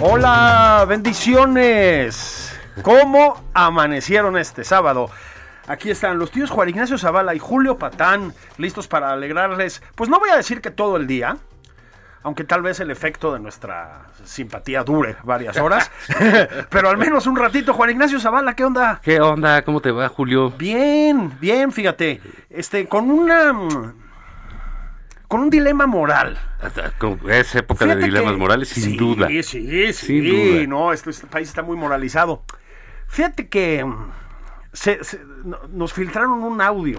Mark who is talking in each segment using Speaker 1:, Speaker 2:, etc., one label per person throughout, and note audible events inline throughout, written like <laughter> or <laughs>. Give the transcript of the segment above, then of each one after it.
Speaker 1: Hola, bendiciones. ¿Cómo amanecieron este sábado? Aquí están los tíos Juan Ignacio Zavala y Julio Patán, listos para alegrarles, pues no voy a decir que todo el día, aunque tal vez el efecto de nuestra simpatía dure varias horas, pero al menos un ratito. Juan Ignacio Zavala, ¿qué onda?
Speaker 2: ¿Qué onda? ¿Cómo te va, Julio?
Speaker 1: Bien, bien, fíjate, este, con una... mm, con un dilema moral.
Speaker 2: Con- Es época de
Speaker 1: Fíjate
Speaker 2: dilemas
Speaker 1: que-
Speaker 2: morales, sin
Speaker 1: sí,
Speaker 2: duda.
Speaker 1: Sí, sí,
Speaker 2: Sin
Speaker 1: sí,
Speaker 2: duda.
Speaker 1: No, este, este país está muy moralizado. Fíjate que mm, se- se- no- nos filtraron un audio.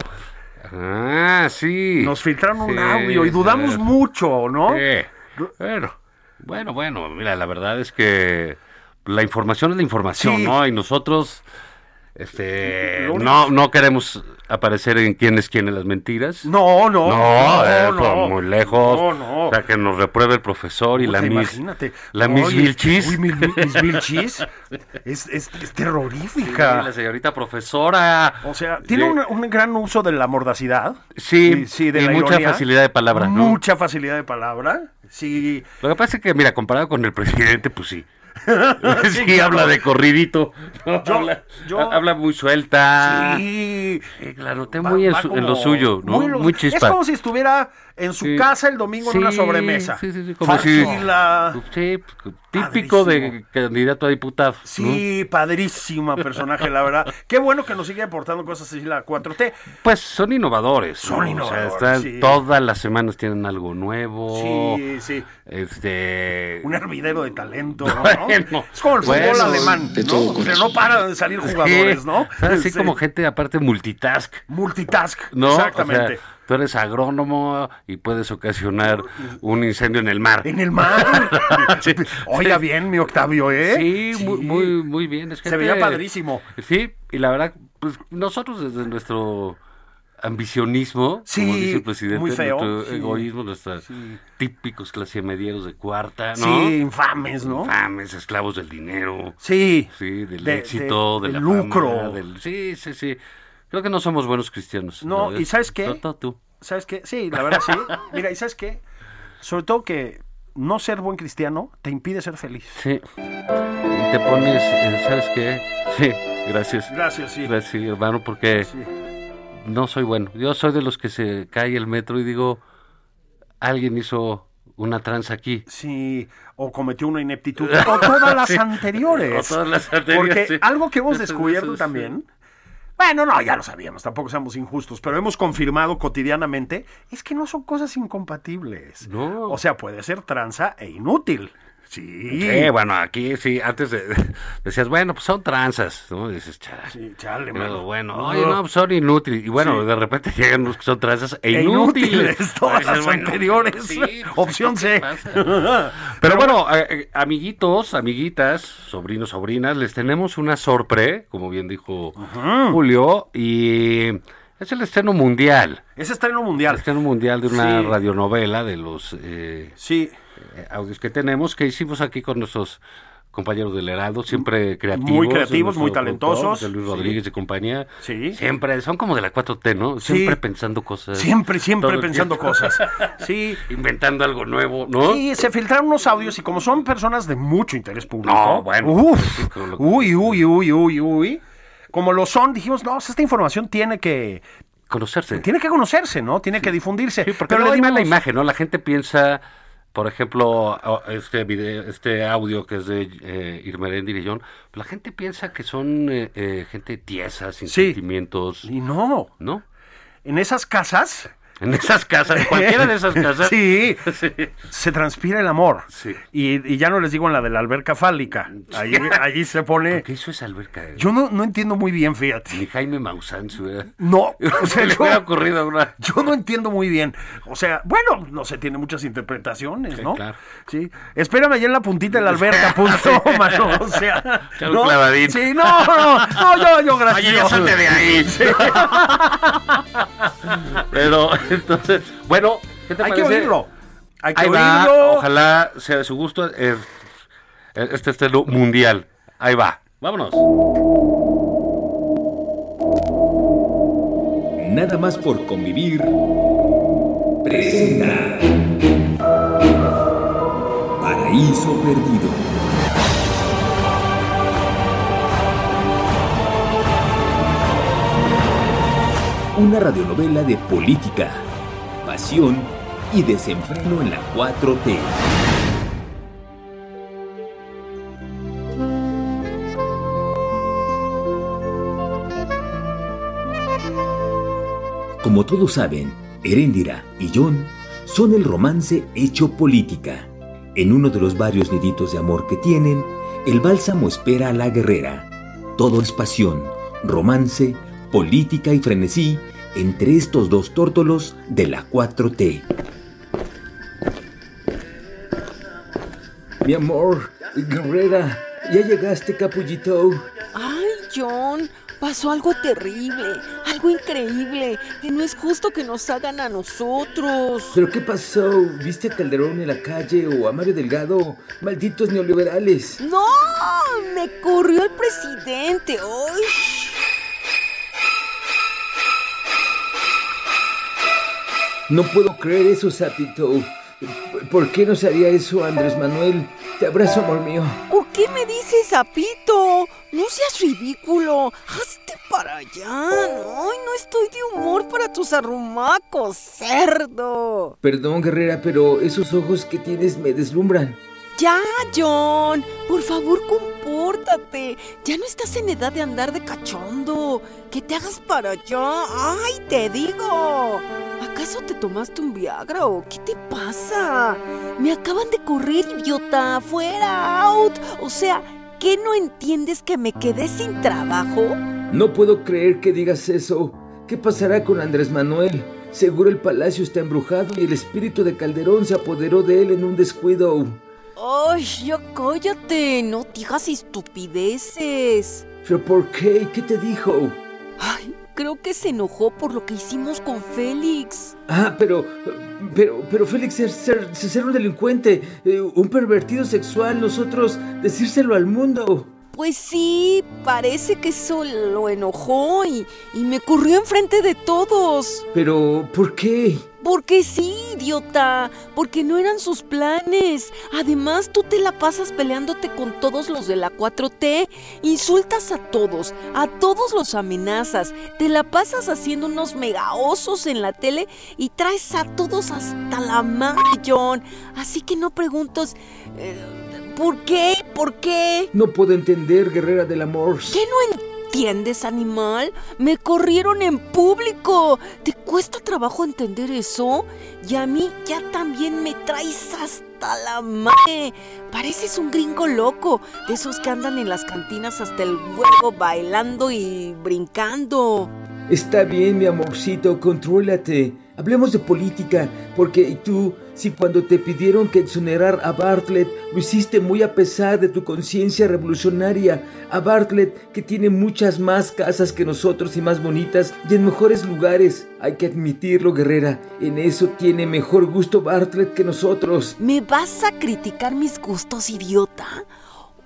Speaker 2: Ah, sí.
Speaker 1: Nos filtraron un
Speaker 2: Sí,
Speaker 1: audio y dudamos
Speaker 2: sí.
Speaker 1: mucho, ¿no?
Speaker 2: Sí. Bueno, bueno, bueno, mira, la verdad es que la información es la información,
Speaker 1: Sí.
Speaker 2: ¿no? Y nosotros este,
Speaker 1: Lo único-
Speaker 2: no, no queremos aparecer en quién es quién en las mentiras.
Speaker 1: No, no.
Speaker 2: No, eh, por muy lejos.
Speaker 1: No, no.
Speaker 2: O sea, que nos repruebe el profesor y la
Speaker 1: Puta,
Speaker 2: Miss.
Speaker 1: Imagínate.
Speaker 2: La
Speaker 1: No,
Speaker 2: Miss
Speaker 1: oye,
Speaker 2: Vilchis.
Speaker 1: Uy, mi- mi- Miss Vilchis. Es, es- es
Speaker 2: Sí,
Speaker 1: terrorífica.
Speaker 2: la señorita profesora.
Speaker 1: O sea, tiene
Speaker 2: De-
Speaker 1: una- un, gran uso de la mordacidad.
Speaker 2: Sí,
Speaker 1: Y- sí, de
Speaker 2: y
Speaker 1: la
Speaker 2: mucha
Speaker 1: ironía.
Speaker 2: facilidad de palabra, ¿no?
Speaker 1: Mucha facilidad de palabra. Sí.
Speaker 2: Lo que pasa es que, mira, comparado con el presidente,
Speaker 1: <laughs>
Speaker 2: pues sí. sí,
Speaker 1: Sí, claro.
Speaker 2: habla de corridito. ¿no?
Speaker 1: Yo-
Speaker 2: habla,
Speaker 1: yo-
Speaker 2: ha- habla muy suelta.
Speaker 1: sí.
Speaker 2: Eh, claro, está
Speaker 1: Va-
Speaker 2: muy en,
Speaker 1: va
Speaker 2: su- en
Speaker 1: como-
Speaker 2: lo suyo, ¿no? Muy,
Speaker 1: en lo-
Speaker 2: chispa.
Speaker 1: Es como si estuviera en su
Speaker 2: Sí.
Speaker 1: casa el domingo en una
Speaker 2: Sí,
Speaker 1: sobremesa.
Speaker 2: Sí, sí, sí, como si-
Speaker 1: Tranquila.
Speaker 2: Sí, pues, típico de
Speaker 1: Padrísimo.
Speaker 2: candidato a diputado. ¿no?
Speaker 1: Sí, padrísima personaje, la
Speaker 2: <laughs>
Speaker 1: verdad. Qué bueno que nos sigue aportando cosas así la 4T.
Speaker 2: Pues son innovadores.
Speaker 1: Son innovadores,
Speaker 2: O sea, están-
Speaker 1: sí.
Speaker 2: todas las semanas tienen algo nuevo.
Speaker 1: Sí, sí.
Speaker 2: Este.
Speaker 1: Un hervidero de talento, ¿no?
Speaker 2: <laughs> Bueno,
Speaker 1: es como el fútbol
Speaker 2: bueno,
Speaker 1: alemán,
Speaker 3: de
Speaker 1: ¿no?
Speaker 3: todo
Speaker 1: O sea,
Speaker 3: corazón.
Speaker 1: no paran de salir jugadores,
Speaker 2: Sí,
Speaker 1: ¿no?
Speaker 2: o sea, <laughs> Así
Speaker 1: Sí.
Speaker 2: como gente, aparte, multitask.
Speaker 1: Multitask,
Speaker 2: ¿no?
Speaker 1: exactamente.
Speaker 2: O sea, tú eres agrónomo y puedes ocasionar un incendio en el mar.
Speaker 1: En el mar.
Speaker 2: <laughs> Sí.
Speaker 1: Oiga bien, mi Octavio, ¿eh?
Speaker 2: Sí, Muy, muy, muy bien. es
Speaker 1: Se
Speaker 2: gente-
Speaker 1: veía padrísimo.
Speaker 2: Sí, y la verdad, pues nosotros desde nuestro ambicionismo,
Speaker 1: Sí,
Speaker 2: como dice el presidente,
Speaker 1: muy feo,
Speaker 2: nuestro
Speaker 1: sí.
Speaker 2: egoísmo, nuestros
Speaker 1: Sí.
Speaker 2: típicos clasemedieros de cuarta, ¿no?
Speaker 1: Sí, infames, ¿no?
Speaker 2: Infames, esclavos del dinero.
Speaker 1: Sí.
Speaker 2: Sí, del
Speaker 1: De-
Speaker 2: éxito,
Speaker 1: de-
Speaker 2: del
Speaker 1: del lucro.
Speaker 2: lucro. del... Sí, sí, sí. Creo que no somos buenos cristianos.
Speaker 1: No,
Speaker 2: la verdad.
Speaker 1: ¿y sabes qué?
Speaker 2: Toto, tú.
Speaker 1: ¿Sabes qué? Sí, la verdad sí. Mira, ¿y sabes qué? Sobre todo que no ser buen cristiano te impide ser feliz.
Speaker 2: Sí. Y te pones, eh, ¿sabes qué? Sí, gracias.
Speaker 1: Gracias, sí.
Speaker 2: Gracias, hermano, porque
Speaker 1: Sí.
Speaker 2: no soy bueno. Yo soy de los que se cae el metro y digo, alguien hizo una tranza aquí.
Speaker 1: Sí, o cometió una
Speaker 2: <laughs>
Speaker 1: ineptitud. O todas las
Speaker 2: Sí.
Speaker 1: anteriores.
Speaker 2: O todas las anteriores,
Speaker 1: Porque
Speaker 2: sí.
Speaker 1: algo que hemos descubierto
Speaker 2: Sí.
Speaker 1: también. Bueno, no, ya lo sabíamos, tampoco seamos injustos, pero hemos confirmado cotidianamente, es que no son cosas incompatibles.
Speaker 2: No.
Speaker 1: O sea, puede ser tranza e inútil. Sí.
Speaker 2: Sí, Eh, bueno, aquí sí, antes de- <laughs> decías, bueno, pues son tranzas, ¿no? Y dices, chale.
Speaker 1: Sí, chale,
Speaker 2: Pero
Speaker 1: mano.
Speaker 2: bueno,
Speaker 1: No.
Speaker 2: oye, no, pues son inútiles. Y bueno,
Speaker 1: Sí.
Speaker 2: de repente <laughs> llegan los que son tranzas e
Speaker 1: E
Speaker 2: inútiles.
Speaker 1: inútiles, todas
Speaker 2: Dices,
Speaker 1: las
Speaker 2: bueno,
Speaker 1: anteriores.
Speaker 2: sí, pues,
Speaker 1: <laughs> Opción
Speaker 2: ¿qué
Speaker 1: C.
Speaker 2: pasa?
Speaker 1: <laughs>
Speaker 2: Pero bueno, eh, eh, amiguitos, amiguitas, sobrinos, sobrinas, les tenemos una sorpre, como bien dijo Julio, y es el estreno mundial.
Speaker 1: Ese estreno
Speaker 2: El
Speaker 1: mundial.
Speaker 2: estreno mundial de una
Speaker 1: Sí.
Speaker 2: radionovela de los eh,
Speaker 1: Sí.
Speaker 2: eh, audios que tenemos, que hicimos aquí con nuestros compañeros del Heraldo, siempre creativos.
Speaker 1: Muy creativos,
Speaker 2: nuestro
Speaker 1: muy
Speaker 2: productor,
Speaker 1: talentosos.
Speaker 2: José Luis
Speaker 1: Sí.
Speaker 2: Rodríguez y compañía.
Speaker 1: Sí.
Speaker 2: Siempre, son como de la 4T, ¿no?
Speaker 1: Sí.
Speaker 2: Siempre pensando cosas.
Speaker 1: Siempre,
Speaker 2: Eh, todo
Speaker 1: siempre
Speaker 2: el
Speaker 1: pensando
Speaker 2: tiempo. <laughs>
Speaker 1: cosas. Sí.
Speaker 2: Inventando algo nuevo, ¿no?
Speaker 1: Sí, se filtraron unos audios y como son personas de mucho interés público.
Speaker 2: No, bueno, pues,
Speaker 1: Uf,
Speaker 2: sí, con lo-
Speaker 1: uy, uy, uy, uy, uy. Como lo son, dijimos, no, o sea, esta información pues, tiene que
Speaker 2: conocerse.
Speaker 1: Tiene que conocerse, ¿no? Tiene que difundirse.
Speaker 2: Sí, porque
Speaker 1: le
Speaker 2: no hay
Speaker 1: dimos-
Speaker 2: mala imagen, ¿no? La gente piensa, por ejemplo, o- este video, este audio que es de eh, Irmeréndira y John, pues la gente piensa que son eh, eh, gente tiesa, sin
Speaker 1: Sí.
Speaker 2: sentimientos,
Speaker 1: Y no,
Speaker 2: ¿no?
Speaker 1: en esas casas
Speaker 2: En esas casas, en cualquiera de esas casas.
Speaker 1: <laughs> Sí.
Speaker 2: Sí.
Speaker 1: se transpira el amor.
Speaker 2: Sí.
Speaker 1: Y, y ya no les digo en la de la alberca fálica. Allí, allí se
Speaker 2: <laughs>
Speaker 1: pone...
Speaker 2: ¿Qué hizo esa alberca?
Speaker 1: Yo no, no entiendo muy bien, fíjate.
Speaker 2: Ni Jaime Maussan se hubiera-
Speaker 1: No, <laughs> o sea,
Speaker 2: <laughs> se le
Speaker 1: yo-
Speaker 2: hubiera ocurrido a una...
Speaker 1: Yo no entiendo muy bien. O sea, bueno, no sé, tiene muchas interpretaciones, ¿no? Sí,
Speaker 2: claro.
Speaker 1: Espérame allá en la puntita de la
Speaker 2: <laughs>
Speaker 1: alberca, punto, mano. O sea.
Speaker 2: Echar un clavadín.
Speaker 1: Sí, no, no, no, yo, yo, gracias.
Speaker 2: Oye, ya salte
Speaker 1: <laughs>
Speaker 2: de ahí. <laughs> Pero, entonces, bueno, ¿qué te
Speaker 1: Hay que
Speaker 2: parece?
Speaker 1: oírlo. Hay que
Speaker 2: Ahí va,
Speaker 1: oírlo.
Speaker 2: ojalá sea de su gusto eh, este estreno mundial. Ahí va, vámonos.
Speaker 3: Nada más por convivir. Presenta. Paraíso Perdido. Una radionovela de política, pasión y desenfreno en la 4T. Como todos saben, Heréndira y John son el romance hecho política. En uno de los varios niditos de amor que tienen, el bálsamo espera a la guerrera. Todo es pasión, romance, política y frenesí entre estos dos tórtolos de la 4T. Mi amor, guerrera, ya llegaste, capullito.
Speaker 4: Ay, John, pasó algo terrible, algo increíble. Y no es justo que nos hagan a nosotros.
Speaker 3: ¿Pero qué pasó? ¿Viste a Calderón en la calle o a Mario Delgado? Malditos neoliberales.
Speaker 4: ¡No! Me corrió el presidente hoy.
Speaker 3: No puedo creer eso, Sapito. ¿Por qué nos haría eso, Andrés Manuel? Te abrazo, amor mío.
Speaker 4: ¿Por qué me dices, sapito? No seas ridículo. Hazte para allá. Ay, no estoy de humor para tus arrumacos, cerdo.
Speaker 3: Perdón, guerrera, pero esos ojos que tienes me deslumbran.
Speaker 4: Ya, John, por favor, compórtate. Ya no estás en edad de andar de cachondo. Que te hagas para allá. ¡Ay, te digo! ¿Acaso te tomaste un Viagra o qué te pasa? Me acaban de correr, idiota. ¡Fuera, out! O sea, ¿qué no entiendes que me quedé sin trabajo?
Speaker 3: No puedo creer que digas eso. ¿Qué pasará con Andrés Manuel? Seguro el palacio está embrujado y el espíritu de Calderón se apoderó de él en un descuido.
Speaker 4: ¡Ay, ya cállate! No digas estupideces.
Speaker 3: ¿Pero por qué? ¿Qué te dijo?
Speaker 4: Ay, creo que se enojó por lo que hicimos con Félix.
Speaker 3: Ah, pero, pero, pero Félix es ser, es ser un delincuente, eh, un pervertido sexual, nosotros decírselo al mundo.
Speaker 4: Pues sí, parece que eso lo enojó y, y me corrió enfrente de todos.
Speaker 3: Pero, ¿por qué?
Speaker 4: Porque sí, idiota, porque no eran sus planes. Además, tú te la pasas peleándote con todos los de la 4T, insultas a todos, a todos los amenazas, te la pasas haciendo unos megaosos en la tele y traes a todos hasta la madre, John. Así que no preguntas, eh, ¿por qué? ¿Por qué?
Speaker 3: No puedo entender, guerrera del amor.
Speaker 4: ¿Qué no entiendes, animal? Me corrieron en público. ¿Te cuesta trabajo entender eso? Y a mí ya también me traes hasta la madre. Pareces un gringo loco, de esos que andan en las cantinas hasta el huevo bailando y brincando.
Speaker 3: Está bien, mi amorcito, contrólate. Hablemos de política, porque tú, si cuando te pidieron que exonerar a Bartlett, lo hiciste muy a pesar de tu conciencia revolucionaria, a Bartlett que tiene muchas más casas que nosotros y más bonitas y en mejores lugares, hay que admitirlo, guerrera, en eso tiene mejor gusto Bartlett que nosotros.
Speaker 4: ¿Me vas a criticar mis gustos, idiota?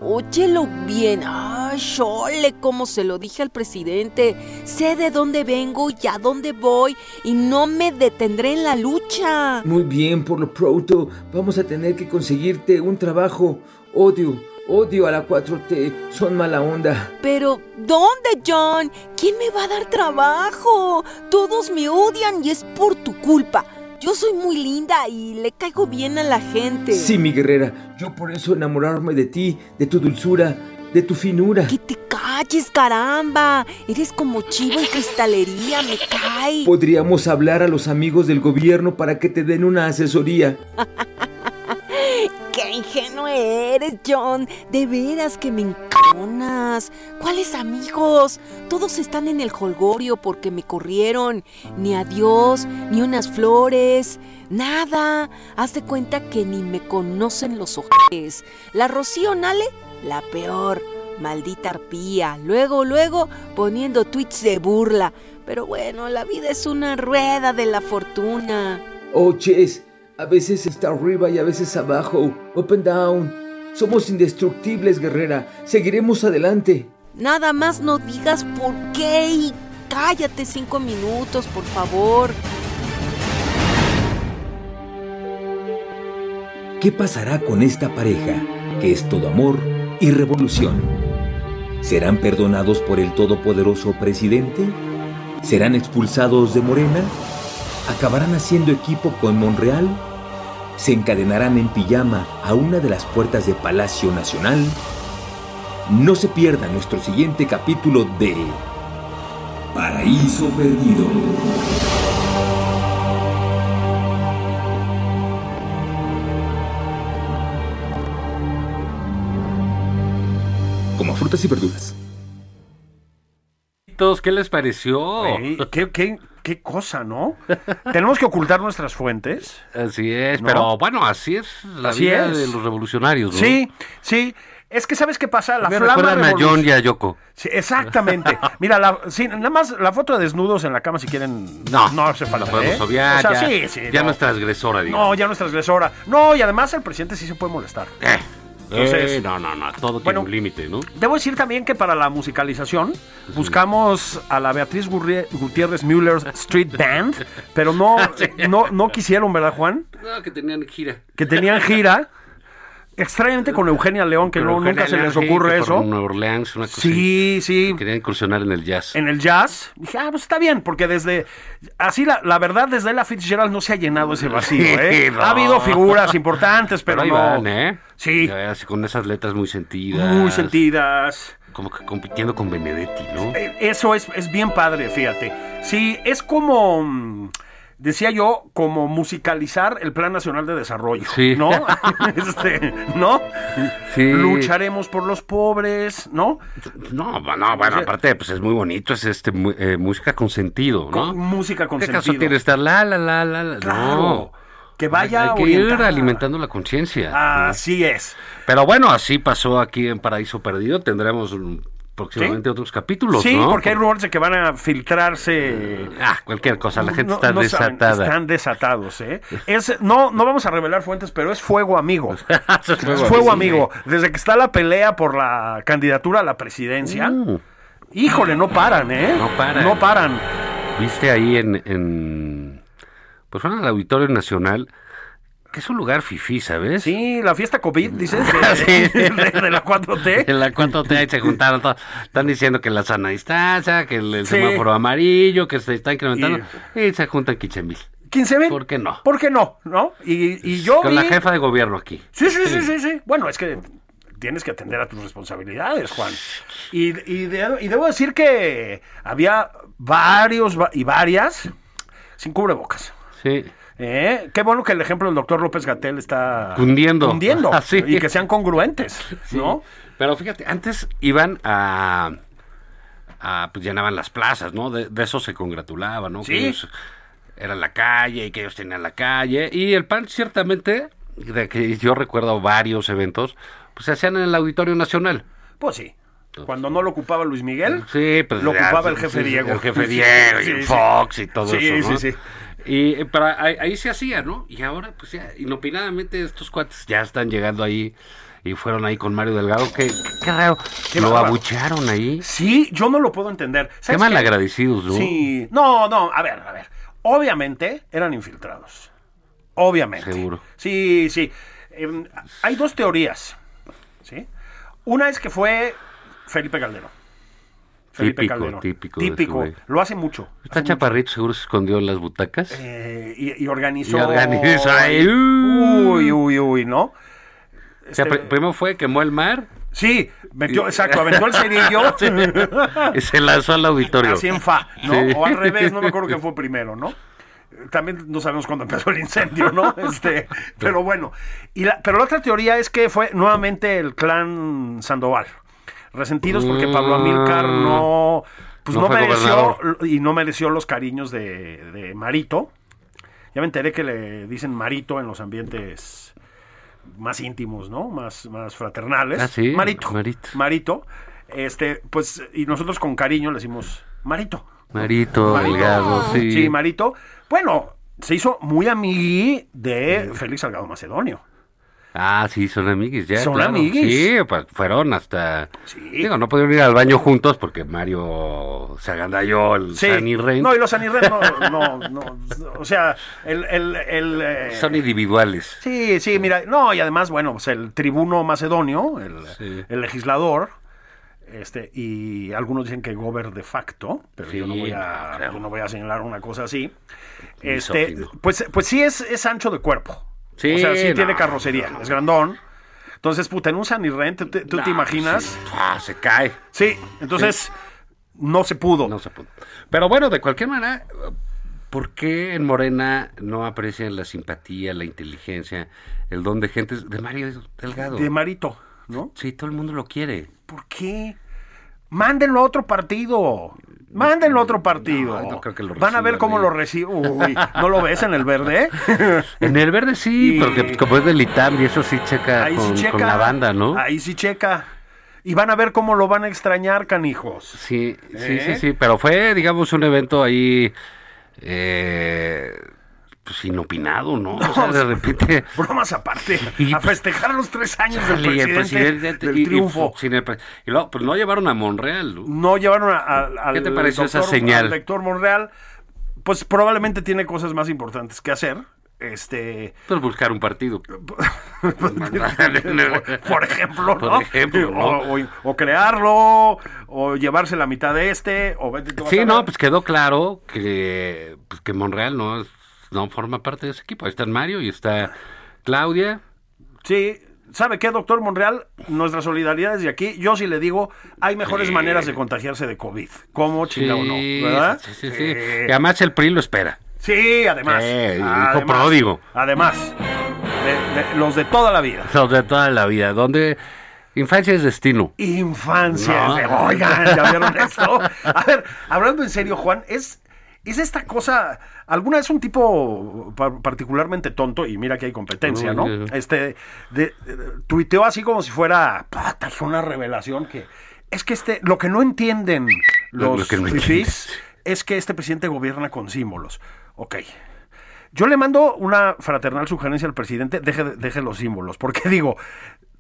Speaker 4: Óyelo bien. ¡Ay, chole! Como se lo dije al presidente. Sé de dónde vengo y a dónde voy y no me detendré en la lucha.
Speaker 3: Muy bien, por lo pronto, vamos a tener que conseguirte un trabajo. Odio, Odio a la 4T, son mala onda.
Speaker 4: Pero, ¿dónde, John? ¿Quién me va a dar trabajo? Todos me odian y es por tu culpa. Yo soy muy linda y le caigo bien a la gente.
Speaker 3: Sí, mi guerrera, yo por eso enamorarme de ti, de tu dulzura, de tu finura.
Speaker 4: Que te calles, caramba. Eres como chivo en cristalería, me cae.
Speaker 3: Podríamos hablar a los amigos del gobierno para que te den una asesoría.
Speaker 4: ¡Qué ingenuo eres, John! De veras que me enconas. ¿Cuáles amigos? Todos están en el holgorio porque me corrieron. Ni adiós, ni unas flores, nada. Haz de cuenta que ni me conocen los ojes. La Rocío Nale, la peor. Maldita arpía. Luego, luego, poniendo tweets de burla. Pero bueno, la vida es una rueda de la fortuna.
Speaker 3: Oh, Chess, a veces está arriba y a veces abajo, up and down. Somos indestructibles, guerrera. Seguiremos adelante.
Speaker 4: Nada más no digas por qué y cállate cinco minutos, por favor.
Speaker 5: ¿Qué pasará con esta pareja, que es todo amor y revolución? ¿Serán perdonados por el todopoderoso presidente? ¿Serán expulsados de Morena? ¿Acabarán haciendo equipo con Monreal? se encadenarán en pijama a una de las puertas de Palacio Nacional, no se pierda nuestro siguiente capítulo de Paraíso Perdido. Como frutas y verduras.
Speaker 2: ¿Qué les pareció?
Speaker 1: Ey, ¿Qué, qué, qué cosa, ¿no?
Speaker 2: <laughs>
Speaker 1: Tenemos que ocultar nuestras fuentes.
Speaker 2: Así es,
Speaker 1: ¿No?
Speaker 2: pero bueno, así es la
Speaker 1: Así
Speaker 2: vida
Speaker 1: es.
Speaker 2: de los revolucionarios, ¿no?
Speaker 1: Sí, sí. Es que sabes qué pasa, la
Speaker 2: Me
Speaker 1: flama
Speaker 2: recuerdan a
Speaker 1: revolu-
Speaker 2: John y a Yoko.
Speaker 1: Sí,
Speaker 2: <laughs>
Speaker 1: exactamente. Mira, la, sí, nada más la foto de desnudos en la cama si quieren.
Speaker 2: No,
Speaker 1: no hace falta.
Speaker 2: La podemos
Speaker 1: ¿eh?
Speaker 2: obviar,
Speaker 1: O sea,
Speaker 2: ya,
Speaker 1: sí, sí,
Speaker 2: ya no.
Speaker 1: no.
Speaker 2: es transgresora,
Speaker 1: No,
Speaker 2: digamos.
Speaker 1: ya no es transgresora. No, y además el presidente sí se puede molestar.
Speaker 2: Eh, eh,
Speaker 1: Entonces-
Speaker 2: no, no, no, todo tiene
Speaker 1: Bueno.
Speaker 2: un límite, ¿no?
Speaker 1: Debo decir también que para la musicalización buscamos a la Beatriz Gurri- Gutiérrez Müller Street Band, pero
Speaker 2: <laughs>
Speaker 1: no,
Speaker 2: Ah,
Speaker 1: no, no quisieron, ¿verdad, Juan?
Speaker 2: No, que tenían gira.
Speaker 1: Que tenían gira. Extrañamente con Eugenia León, que
Speaker 2: Pero
Speaker 1: no,
Speaker 2: Eugenia
Speaker 1: nunca se les
Speaker 2: León, sí, que
Speaker 1: ocurre
Speaker 2: por
Speaker 1: eso.
Speaker 2: Nueva Orleans, una cosa
Speaker 1: Sí,
Speaker 2: así.
Speaker 1: sí.
Speaker 2: Querían incursionar en el jazz.
Speaker 1: En el jazz, dije, ah, pues está bien, porque desde. Así, la, la verdad, desde la Fitzgerald no se ha llenado ese vacío, ¿eh?
Speaker 2: Sí, no.
Speaker 1: Ha habido figuras importantes, pero,
Speaker 2: ahí
Speaker 1: no.
Speaker 2: van, ¿eh?
Speaker 1: Sí.
Speaker 2: Ya, así con esas letras muy sentidas.
Speaker 1: Muy sentidas.
Speaker 2: Como que compitiendo con Benedetti, ¿no?
Speaker 1: Eh, Eso es, es bien padre, fíjate. Sí, es como, mm, decía yo, como musicalizar el Plan Nacional de Desarrollo.
Speaker 2: Sí. <laughs>
Speaker 1: ¿No? <laughs> Este, ¿No?
Speaker 2: Sí.
Speaker 1: Lucharemos por los pobres, ¿no?
Speaker 2: No, no, bueno, aparte, pues es muy bonito, es este mu- eh, música con sentido, ¿no?
Speaker 1: Con música con
Speaker 2: ¿Qué caso
Speaker 1: sentido.
Speaker 2: tiene estar la, la, la, la, la?
Speaker 1: Claro.
Speaker 2: No.
Speaker 1: Que vaya
Speaker 2: Hay que ir
Speaker 1: orientada. Ah.
Speaker 2: alimentando la conciencia.
Speaker 1: Así es.
Speaker 2: Pero bueno, así pasó aquí en Paraíso Perdido. Tendremos mm, próximamente otros capítulos,
Speaker 1: sí,
Speaker 2: ¿no?
Speaker 1: porque hay rumores de que van a filtrarse.
Speaker 2: Ah, cualquier cosa, la gente
Speaker 1: No-
Speaker 2: está
Speaker 1: no saben,
Speaker 2: desatada.
Speaker 1: están desatados, ¿eh? Es, no, no vamos a revelar fuentes, pero es fuego amigo.
Speaker 2: Eso <laughs> es
Speaker 1: Es
Speaker 2: luego,
Speaker 1: fuego
Speaker 2: sí.
Speaker 1: amigo. Desde que está la pelea por la candidatura a la presidencia,
Speaker 2: Mm.
Speaker 1: híjole, no paran, ¿eh?
Speaker 2: No paran.
Speaker 1: No paran.
Speaker 2: Viste ahí en, en- Pues fueron al Auditorio Nacional, que es un lugar fifí, ¿sabes?
Speaker 1: Sí, la fiesta COVID, dices,
Speaker 2: Ah,
Speaker 1: de, <laughs> de- de la
Speaker 2: <laughs>
Speaker 1: 4T.
Speaker 2: <laughs> En la 4T ahí se juntaron todos. Están diciendo que la sana distancia, que el, el
Speaker 1: Sí.
Speaker 2: semáforo amarillo, que se está incrementando. Y, se juntan 15 mil.
Speaker 1: 15 mil.
Speaker 2: ¿Por qué no?
Speaker 1: ¿Por qué no? ¿No? Y, y yo.
Speaker 2: Con
Speaker 1: vi-
Speaker 2: la jefa de gobierno aquí.
Speaker 1: Sí, sí, sí, sí, sí. Bueno, es que tienes que atender a tus responsabilidades, Juan. Y, y de- y debo decir que había varios va- y varias sin cubrebocas.
Speaker 2: Sí.
Speaker 1: ¿Eh? Qué bueno que el ejemplo del doctor López Gatel está
Speaker 2: Cundiendo.
Speaker 1: cundiendo,
Speaker 2: <laughs> Ah, sí.
Speaker 1: y que sean congruentes, ¿no?
Speaker 2: Pero fíjate, antes iban a. a, pues llenaban las plazas, ¿no? De, de eso se congratulaban, ¿no? Que
Speaker 1: Sí.
Speaker 2: ellos- era la calle y que ellos tenían la calle. Y el PAN, ciertamente, de que yo recuerdo varios eventos, pues se hacían en el Auditorio Nacional.
Speaker 1: Pues sí. Cuando no lo ocupaba Luis Miguel,
Speaker 2: Sí, pues
Speaker 1: lo
Speaker 2: ya,
Speaker 1: ocupaba
Speaker 2: sí,
Speaker 1: el jefe
Speaker 2: sí,
Speaker 1: Diego.
Speaker 2: El jefe Diego
Speaker 1: <laughs>
Speaker 2: y
Speaker 1: Sí,
Speaker 2: el
Speaker 1: sí.
Speaker 2: Fox y todo
Speaker 1: Sí,
Speaker 2: eso. ¿no?
Speaker 1: sí, sí.
Speaker 2: Y eh, pero ahí, ahí se hacía, ¿no? Y ahora, pues ya, inopinadamente, estos cuates ya están llegando ahí y fueron ahí con Mario Delgado. Qué, qué, qué raro.
Speaker 1: Qué
Speaker 2: Lo
Speaker 1: bárbaro.
Speaker 2: abucharon ahí.
Speaker 1: Sí, yo no lo puedo entender.
Speaker 2: Qué
Speaker 1: ¿Sabes
Speaker 2: mal agradecidos, ¿no?
Speaker 1: Sí. No, no, a ver, a ver. Obviamente eran infiltrados. Obviamente.
Speaker 2: Seguro.
Speaker 1: Sí, sí. Em, hay dos teorías. ¿Sí? Una es que fue Felipe Calderón. Felipe
Speaker 2: Típico,
Speaker 1: Calderón.
Speaker 2: típico de
Speaker 1: Típico.
Speaker 2: ese güey.
Speaker 1: Lo hace mucho.
Speaker 2: Está chaparrito, seguro se escondió en las butacas.
Speaker 1: Eh, y, y organizó.
Speaker 2: Y organizó ahí.
Speaker 1: Uy, uy, uy, ¿no?
Speaker 2: O
Speaker 1: este-
Speaker 2: sea, pri- primero fue, quemó el mar
Speaker 1: Sí, metió, exacto, aventó el cerillo.
Speaker 2: <laughs> y se lanzó al auditorio.
Speaker 1: Así en fa, ¿no?
Speaker 2: Sí.
Speaker 1: O al revés, no me
Speaker 2: <laughs>
Speaker 1: acuerdo quién fue primero, ¿no? También no sabemos cuándo empezó el incendio,
Speaker 2: <laughs>
Speaker 1: ¿no? Este, pero bueno. Y la, pero la otra teoría es que fue nuevamente el clan Sandoval. Resentidos porque Pablo Amílcar no, pues
Speaker 2: Mm.
Speaker 1: no,
Speaker 2: No fue
Speaker 1: mereció
Speaker 2: gobernador.
Speaker 1: y no mereció los cariños de, de Marito. Ya me enteré que le dicen Marito en los ambientes más íntimos, ¿no? Más, más fraternales.
Speaker 2: Ah, sí,
Speaker 1: Marito.
Speaker 2: Marito.
Speaker 1: Marito. Este, pues, y nosotros con cariño le decimos Marito.
Speaker 2: Marito, delgado, sí.
Speaker 1: Sí, Marito. Bueno, se hizo muy amigui de Félix Salgado Macedonio.
Speaker 2: Ah, sí, son amiguis, ya.
Speaker 1: Son
Speaker 2: claro.
Speaker 1: amiguis.
Speaker 2: Sí, pues, fueron hasta.
Speaker 1: Sí.
Speaker 2: Digo, no pudieron ir al baño juntos porque Mario se agandalló el
Speaker 1: Sí.
Speaker 2: Sunny Rain.
Speaker 1: No, y los Sunny Red no, no, no. O sea, el. el, el, eh,
Speaker 2: Son individuales.
Speaker 1: Sí, sí, mira. No, y además, bueno, pues el tribuno macedonio, el,
Speaker 2: Sí.
Speaker 1: el legislador. Este, y algunos dicen que gober de facto, pero yo, no
Speaker 2: Sí,
Speaker 1: voy a,
Speaker 2: no, claro.
Speaker 1: yo no voy a señalar una cosa así. Este,
Speaker 2: Misógino.
Speaker 1: pues, pues sí es, es ancho de cuerpo.
Speaker 2: Sí,
Speaker 1: o sea, sí
Speaker 2: no,
Speaker 1: tiene carrocería, es grandón. Entonces, puta, en un San Irren, ¿tú, te- tú te
Speaker 2: Ah,
Speaker 1: imaginas?
Speaker 2: sí. Ah, se cae.
Speaker 1: Sí, entonces no se pudo.
Speaker 2: No se pudo. Pero bueno, de cualquier manera, ¿por qué en Morena no aprecian la simpatía, la inteligencia, el don de gentes de Mario Delgado?
Speaker 1: De Marito, ¿no?
Speaker 2: sí, todo el mundo lo quiere.
Speaker 1: ¿Por qué? Mándenlo a otro partido. Mándenlo a otro partido.
Speaker 2: no creo que lo
Speaker 1: Van a ver
Speaker 2: reciban,
Speaker 1: cómo
Speaker 2: ¿eh?
Speaker 1: lo recibe. Uy, ¿no lo ves en el
Speaker 2: <laughs>
Speaker 1: verde?
Speaker 2: En el verde
Speaker 1: <laughs>
Speaker 2: sí,
Speaker 1: Y-
Speaker 2: porque pues, como es del ITAM y eso sí checa,
Speaker 1: Ahí
Speaker 2: con,
Speaker 1: sí checa.
Speaker 2: con la banda, ¿no?
Speaker 1: Ahí sí checa. Y van a ver cómo lo van a extrañar, canijos.
Speaker 2: Sí, sí,
Speaker 1: ¿Eh?
Speaker 2: sí, sí, pero fue, digamos, un evento ahí, eh, pues inopinado, ¿no? O sea, de repente... <laughs>
Speaker 1: Bromas aparte.
Speaker 2: Y- pues,
Speaker 1: A festejar los tres años del
Speaker 2: sale
Speaker 1: presidente,
Speaker 2: el presidente
Speaker 1: del
Speaker 2: y- y-
Speaker 1: triunfo.
Speaker 2: sin el pre- y luego, pues no llevaron a Monreal, ¿no?
Speaker 1: no llevaron a- a- al,
Speaker 2: ¿Qué te pareció esa
Speaker 1: doctor-
Speaker 2: señal?
Speaker 1: al doctor Monreal, pues probablemente tiene cosas más importantes que hacer. Este,
Speaker 2: Pues buscar un partido.
Speaker 1: por, <laughs> por ejemplo, ¿no?
Speaker 2: Por ejemplo, ¿no?
Speaker 1: O, o- o crearlo, o llevarse la mitad de este, o vete tú a
Speaker 2: Sí,
Speaker 1: saber.
Speaker 2: no, pues quedó claro que, pues, que Monreal no, es- no forma parte de ese equipo. Ahí está Mario y está Claudia.
Speaker 1: Sí, ¿sabe qué, doctor Monreal? Nuestra solidaridad es de aquí. Yo sí le digo, hay mejores
Speaker 2: Sí.
Speaker 1: maneras de contagiarse de COVID. ¿Cómo chingado no? ¿Verdad?
Speaker 2: sí, sí, sí.
Speaker 1: Eh,
Speaker 2: Y además el PRI lo espera.
Speaker 1: sí, además.
Speaker 2: Sí, hijo
Speaker 1: además,
Speaker 2: pródigo.
Speaker 1: Además, de- de- los de toda la vida.
Speaker 2: Sobre toda la vida, donde infancia es destino.
Speaker 1: Infancia.
Speaker 2: No.
Speaker 1: de- <laughs> Oigan, ¿ya vieron esto? A ver, hablando en serio, Juan, es, es esta cosa. Alguna vez un tipo par- particularmente tonto, y mira que hay competencia, ¿no?
Speaker 2: Uy, ya.
Speaker 1: Este, de- de- tuiteó así como si fuera. Pata, fue una revelación que. Es que este, lo que no entienden
Speaker 2: Lo-
Speaker 1: los
Speaker 2: lo que no
Speaker 1: fifís
Speaker 2: entiendes.
Speaker 1: es que este presidente gobierna con símbolos. Ok. Yo le mando una fraternal sugerencia al presidente, deje, deje los símbolos, porque <laughs> digo,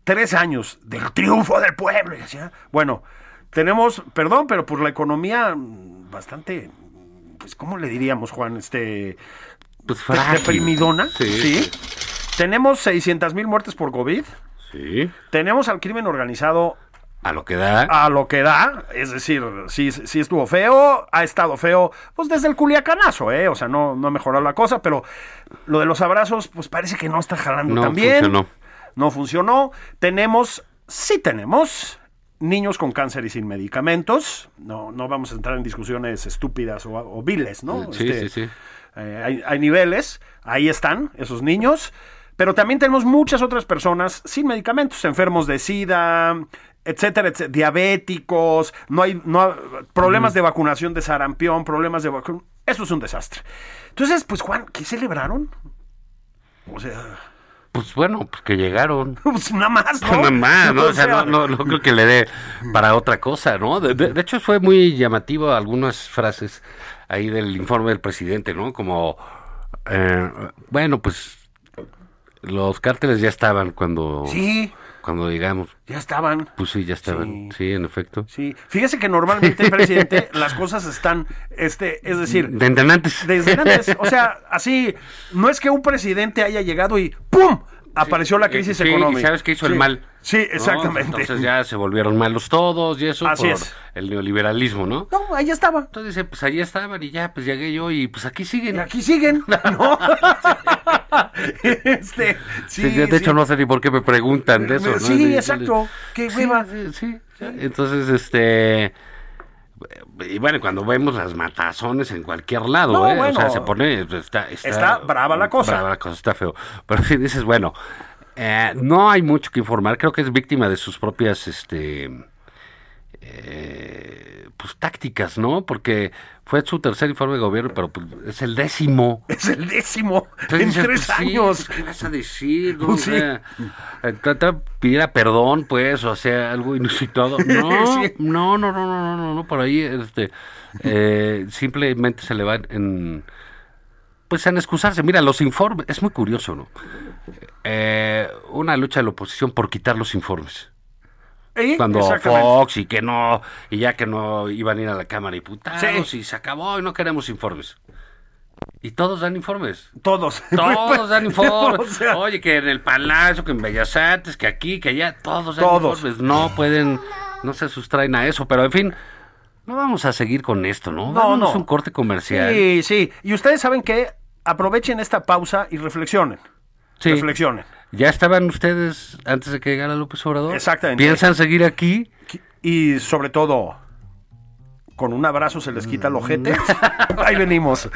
Speaker 1: tres años del triunfo del pueblo. y así, ¿ah? Bueno, tenemos, perdón, pero por la economía mm, bastante, pues, ¿cómo le diríamos, Juan? Este,
Speaker 2: Pues
Speaker 1: de-
Speaker 2: frágil.
Speaker 1: deprimidona,
Speaker 2: Sí.
Speaker 1: ¿sí?
Speaker 2: sí.
Speaker 1: Tenemos 600 mil muertes por COVID,
Speaker 2: Sí.
Speaker 1: tenemos al crimen organizado
Speaker 2: A lo que da.
Speaker 1: a lo que da, es decir, sí, sí estuvo feo, ha estado feo, pues desde el culiacanazo, ¿eh? O sea, no, no ha mejorado la cosa, pero lo de los abrazos, pues parece que no está jalando
Speaker 2: No
Speaker 1: tan bien.
Speaker 2: funcionó.
Speaker 1: No funcionó. Tenemos, sí tenemos, niños con cáncer y sin medicamentos. No, no vamos a entrar en discusiones estúpidas o, o viles, ¿no?
Speaker 2: Sí,
Speaker 1: Este,
Speaker 2: sí, sí.
Speaker 1: eh, hay, hay niveles, ahí están esos niños, pero también tenemos muchas otras personas sin medicamentos, enfermos de SIDA, etcétera, etcé- diabéticos, no hay, no ha- problemas de vacunación de sarampión, problemas de vacunación. Eso es un desastre. Entonces, pues Juan, ¿qué celebraron? O sea,
Speaker 2: Pues bueno, pues que llegaron.
Speaker 1: pues nada más, ¿no?
Speaker 2: <laughs> Nada más, ¿no?
Speaker 1: O
Speaker 2: O sea,
Speaker 1: sea,
Speaker 2: no, no, no creo que le dé para otra cosa, ¿no? De, de- de hecho, fue muy llamativo algunas frases ahí del informe del presidente, ¿no? Como, eh, bueno, pues los cárteles ya estaban cuando,
Speaker 1: Sí,
Speaker 2: cuando llegamos.
Speaker 1: ya estaban.
Speaker 2: Pues sí, ya estaban,
Speaker 1: Sí.
Speaker 2: sí, en efecto.
Speaker 1: Sí. Fíjese que
Speaker 2: <laughs>
Speaker 1: normalmente, presidente, las cosas están, este, es decir,
Speaker 2: De antes.
Speaker 1: Desde antes, o sea, así, no es que un presidente haya llegado y ¡pum! apareció la crisis
Speaker 2: Eh, Sí, y
Speaker 1: económica.
Speaker 2: ¿sabes qué hizo el
Speaker 1: Sí.
Speaker 2: mal?
Speaker 1: Sí,
Speaker 2: ¿no?
Speaker 1: exactamente.
Speaker 2: Entonces ya se volvieron malos todos y eso
Speaker 1: Así
Speaker 2: por
Speaker 1: es.
Speaker 2: el neoliberalismo, ¿no?
Speaker 1: No, ahí estaba.
Speaker 2: Entonces dice, pues allí estaban y ya, pues llegué yo y pues aquí
Speaker 1: Y
Speaker 2: siguen.
Speaker 1: aquí siguen, ¿no?
Speaker 2: <laughs>
Speaker 1: <laughs> este, sí,
Speaker 2: Sí, de
Speaker 1: sí.
Speaker 2: hecho, no sé ni por qué me preguntan de eso. ¿no?
Speaker 1: Sí,
Speaker 2: Entonces,
Speaker 1: exacto. Qué
Speaker 2: sí,
Speaker 1: hueva.
Speaker 2: sí, sí. Entonces, este. Y bueno, cuando vemos las matazones en cualquier lado,
Speaker 1: No,
Speaker 2: ¿eh?
Speaker 1: bueno.
Speaker 2: o sea, se pone. pues, Está, está,
Speaker 1: Está brava la cosa.
Speaker 2: brava la cosa, está feo. Pero si dices, bueno, eh, no hay mucho que informar. Creo que es víctima de sus propias. este eh, pues tácticas, ¿no? Porque fue su tercer informe de gobierno, pero pues, es el décimo.
Speaker 1: Es el décimo
Speaker 2: Entonces
Speaker 1: en
Speaker 2: dices,
Speaker 1: tres
Speaker 2: pues, sí,
Speaker 1: años.
Speaker 2: pues, ¿Qué vas a decir? No?
Speaker 1: Pues,
Speaker 2: O sea, eh, trata de pedir a perdón, pues, o sea, algo inusitado.
Speaker 1: <laughs>
Speaker 2: No,
Speaker 1: Sí.
Speaker 2: no, no, no, no, no, no, no, por ahí, este, eh, simplemente se le van en, pues, en excusarse. Mira, los informes, es muy curioso, ¿no? Eh, una lucha de la oposición por quitar los informes.
Speaker 1: Eh,
Speaker 2: Cuando
Speaker 1: exactamente.
Speaker 2: Fox y que no, y ya que no iban a ir a la Cámara de Diputados
Speaker 1: Sí.
Speaker 2: y se acabó y no queremos informes. Y todos dan informes.
Speaker 1: Todos. <laughs>
Speaker 2: Todos dan informes.
Speaker 1: O sea,
Speaker 2: Oye, que en el Palacio, que en Bellas Artes, que aquí, que allá, todos dan
Speaker 1: Todos.
Speaker 2: informes. No pueden, no se sustraen a eso, pero en fin, no vamos a seguir con esto, ¿no? Vámonos
Speaker 1: no.
Speaker 2: a un corte comercial.
Speaker 1: Sí, sí. Y ustedes saben que aprovechen esta pausa y reflexionen.
Speaker 2: Sí.
Speaker 1: Reflexionen.
Speaker 2: ¿Ya estaban ustedes antes de que llegara López Obrador?
Speaker 1: Exactamente.
Speaker 2: ¿Piensan seguir aquí?
Speaker 1: Y sobre todo, con un abrazo se les quita el ojete.
Speaker 2: Mm.
Speaker 1: <laughs> Ahí venimos.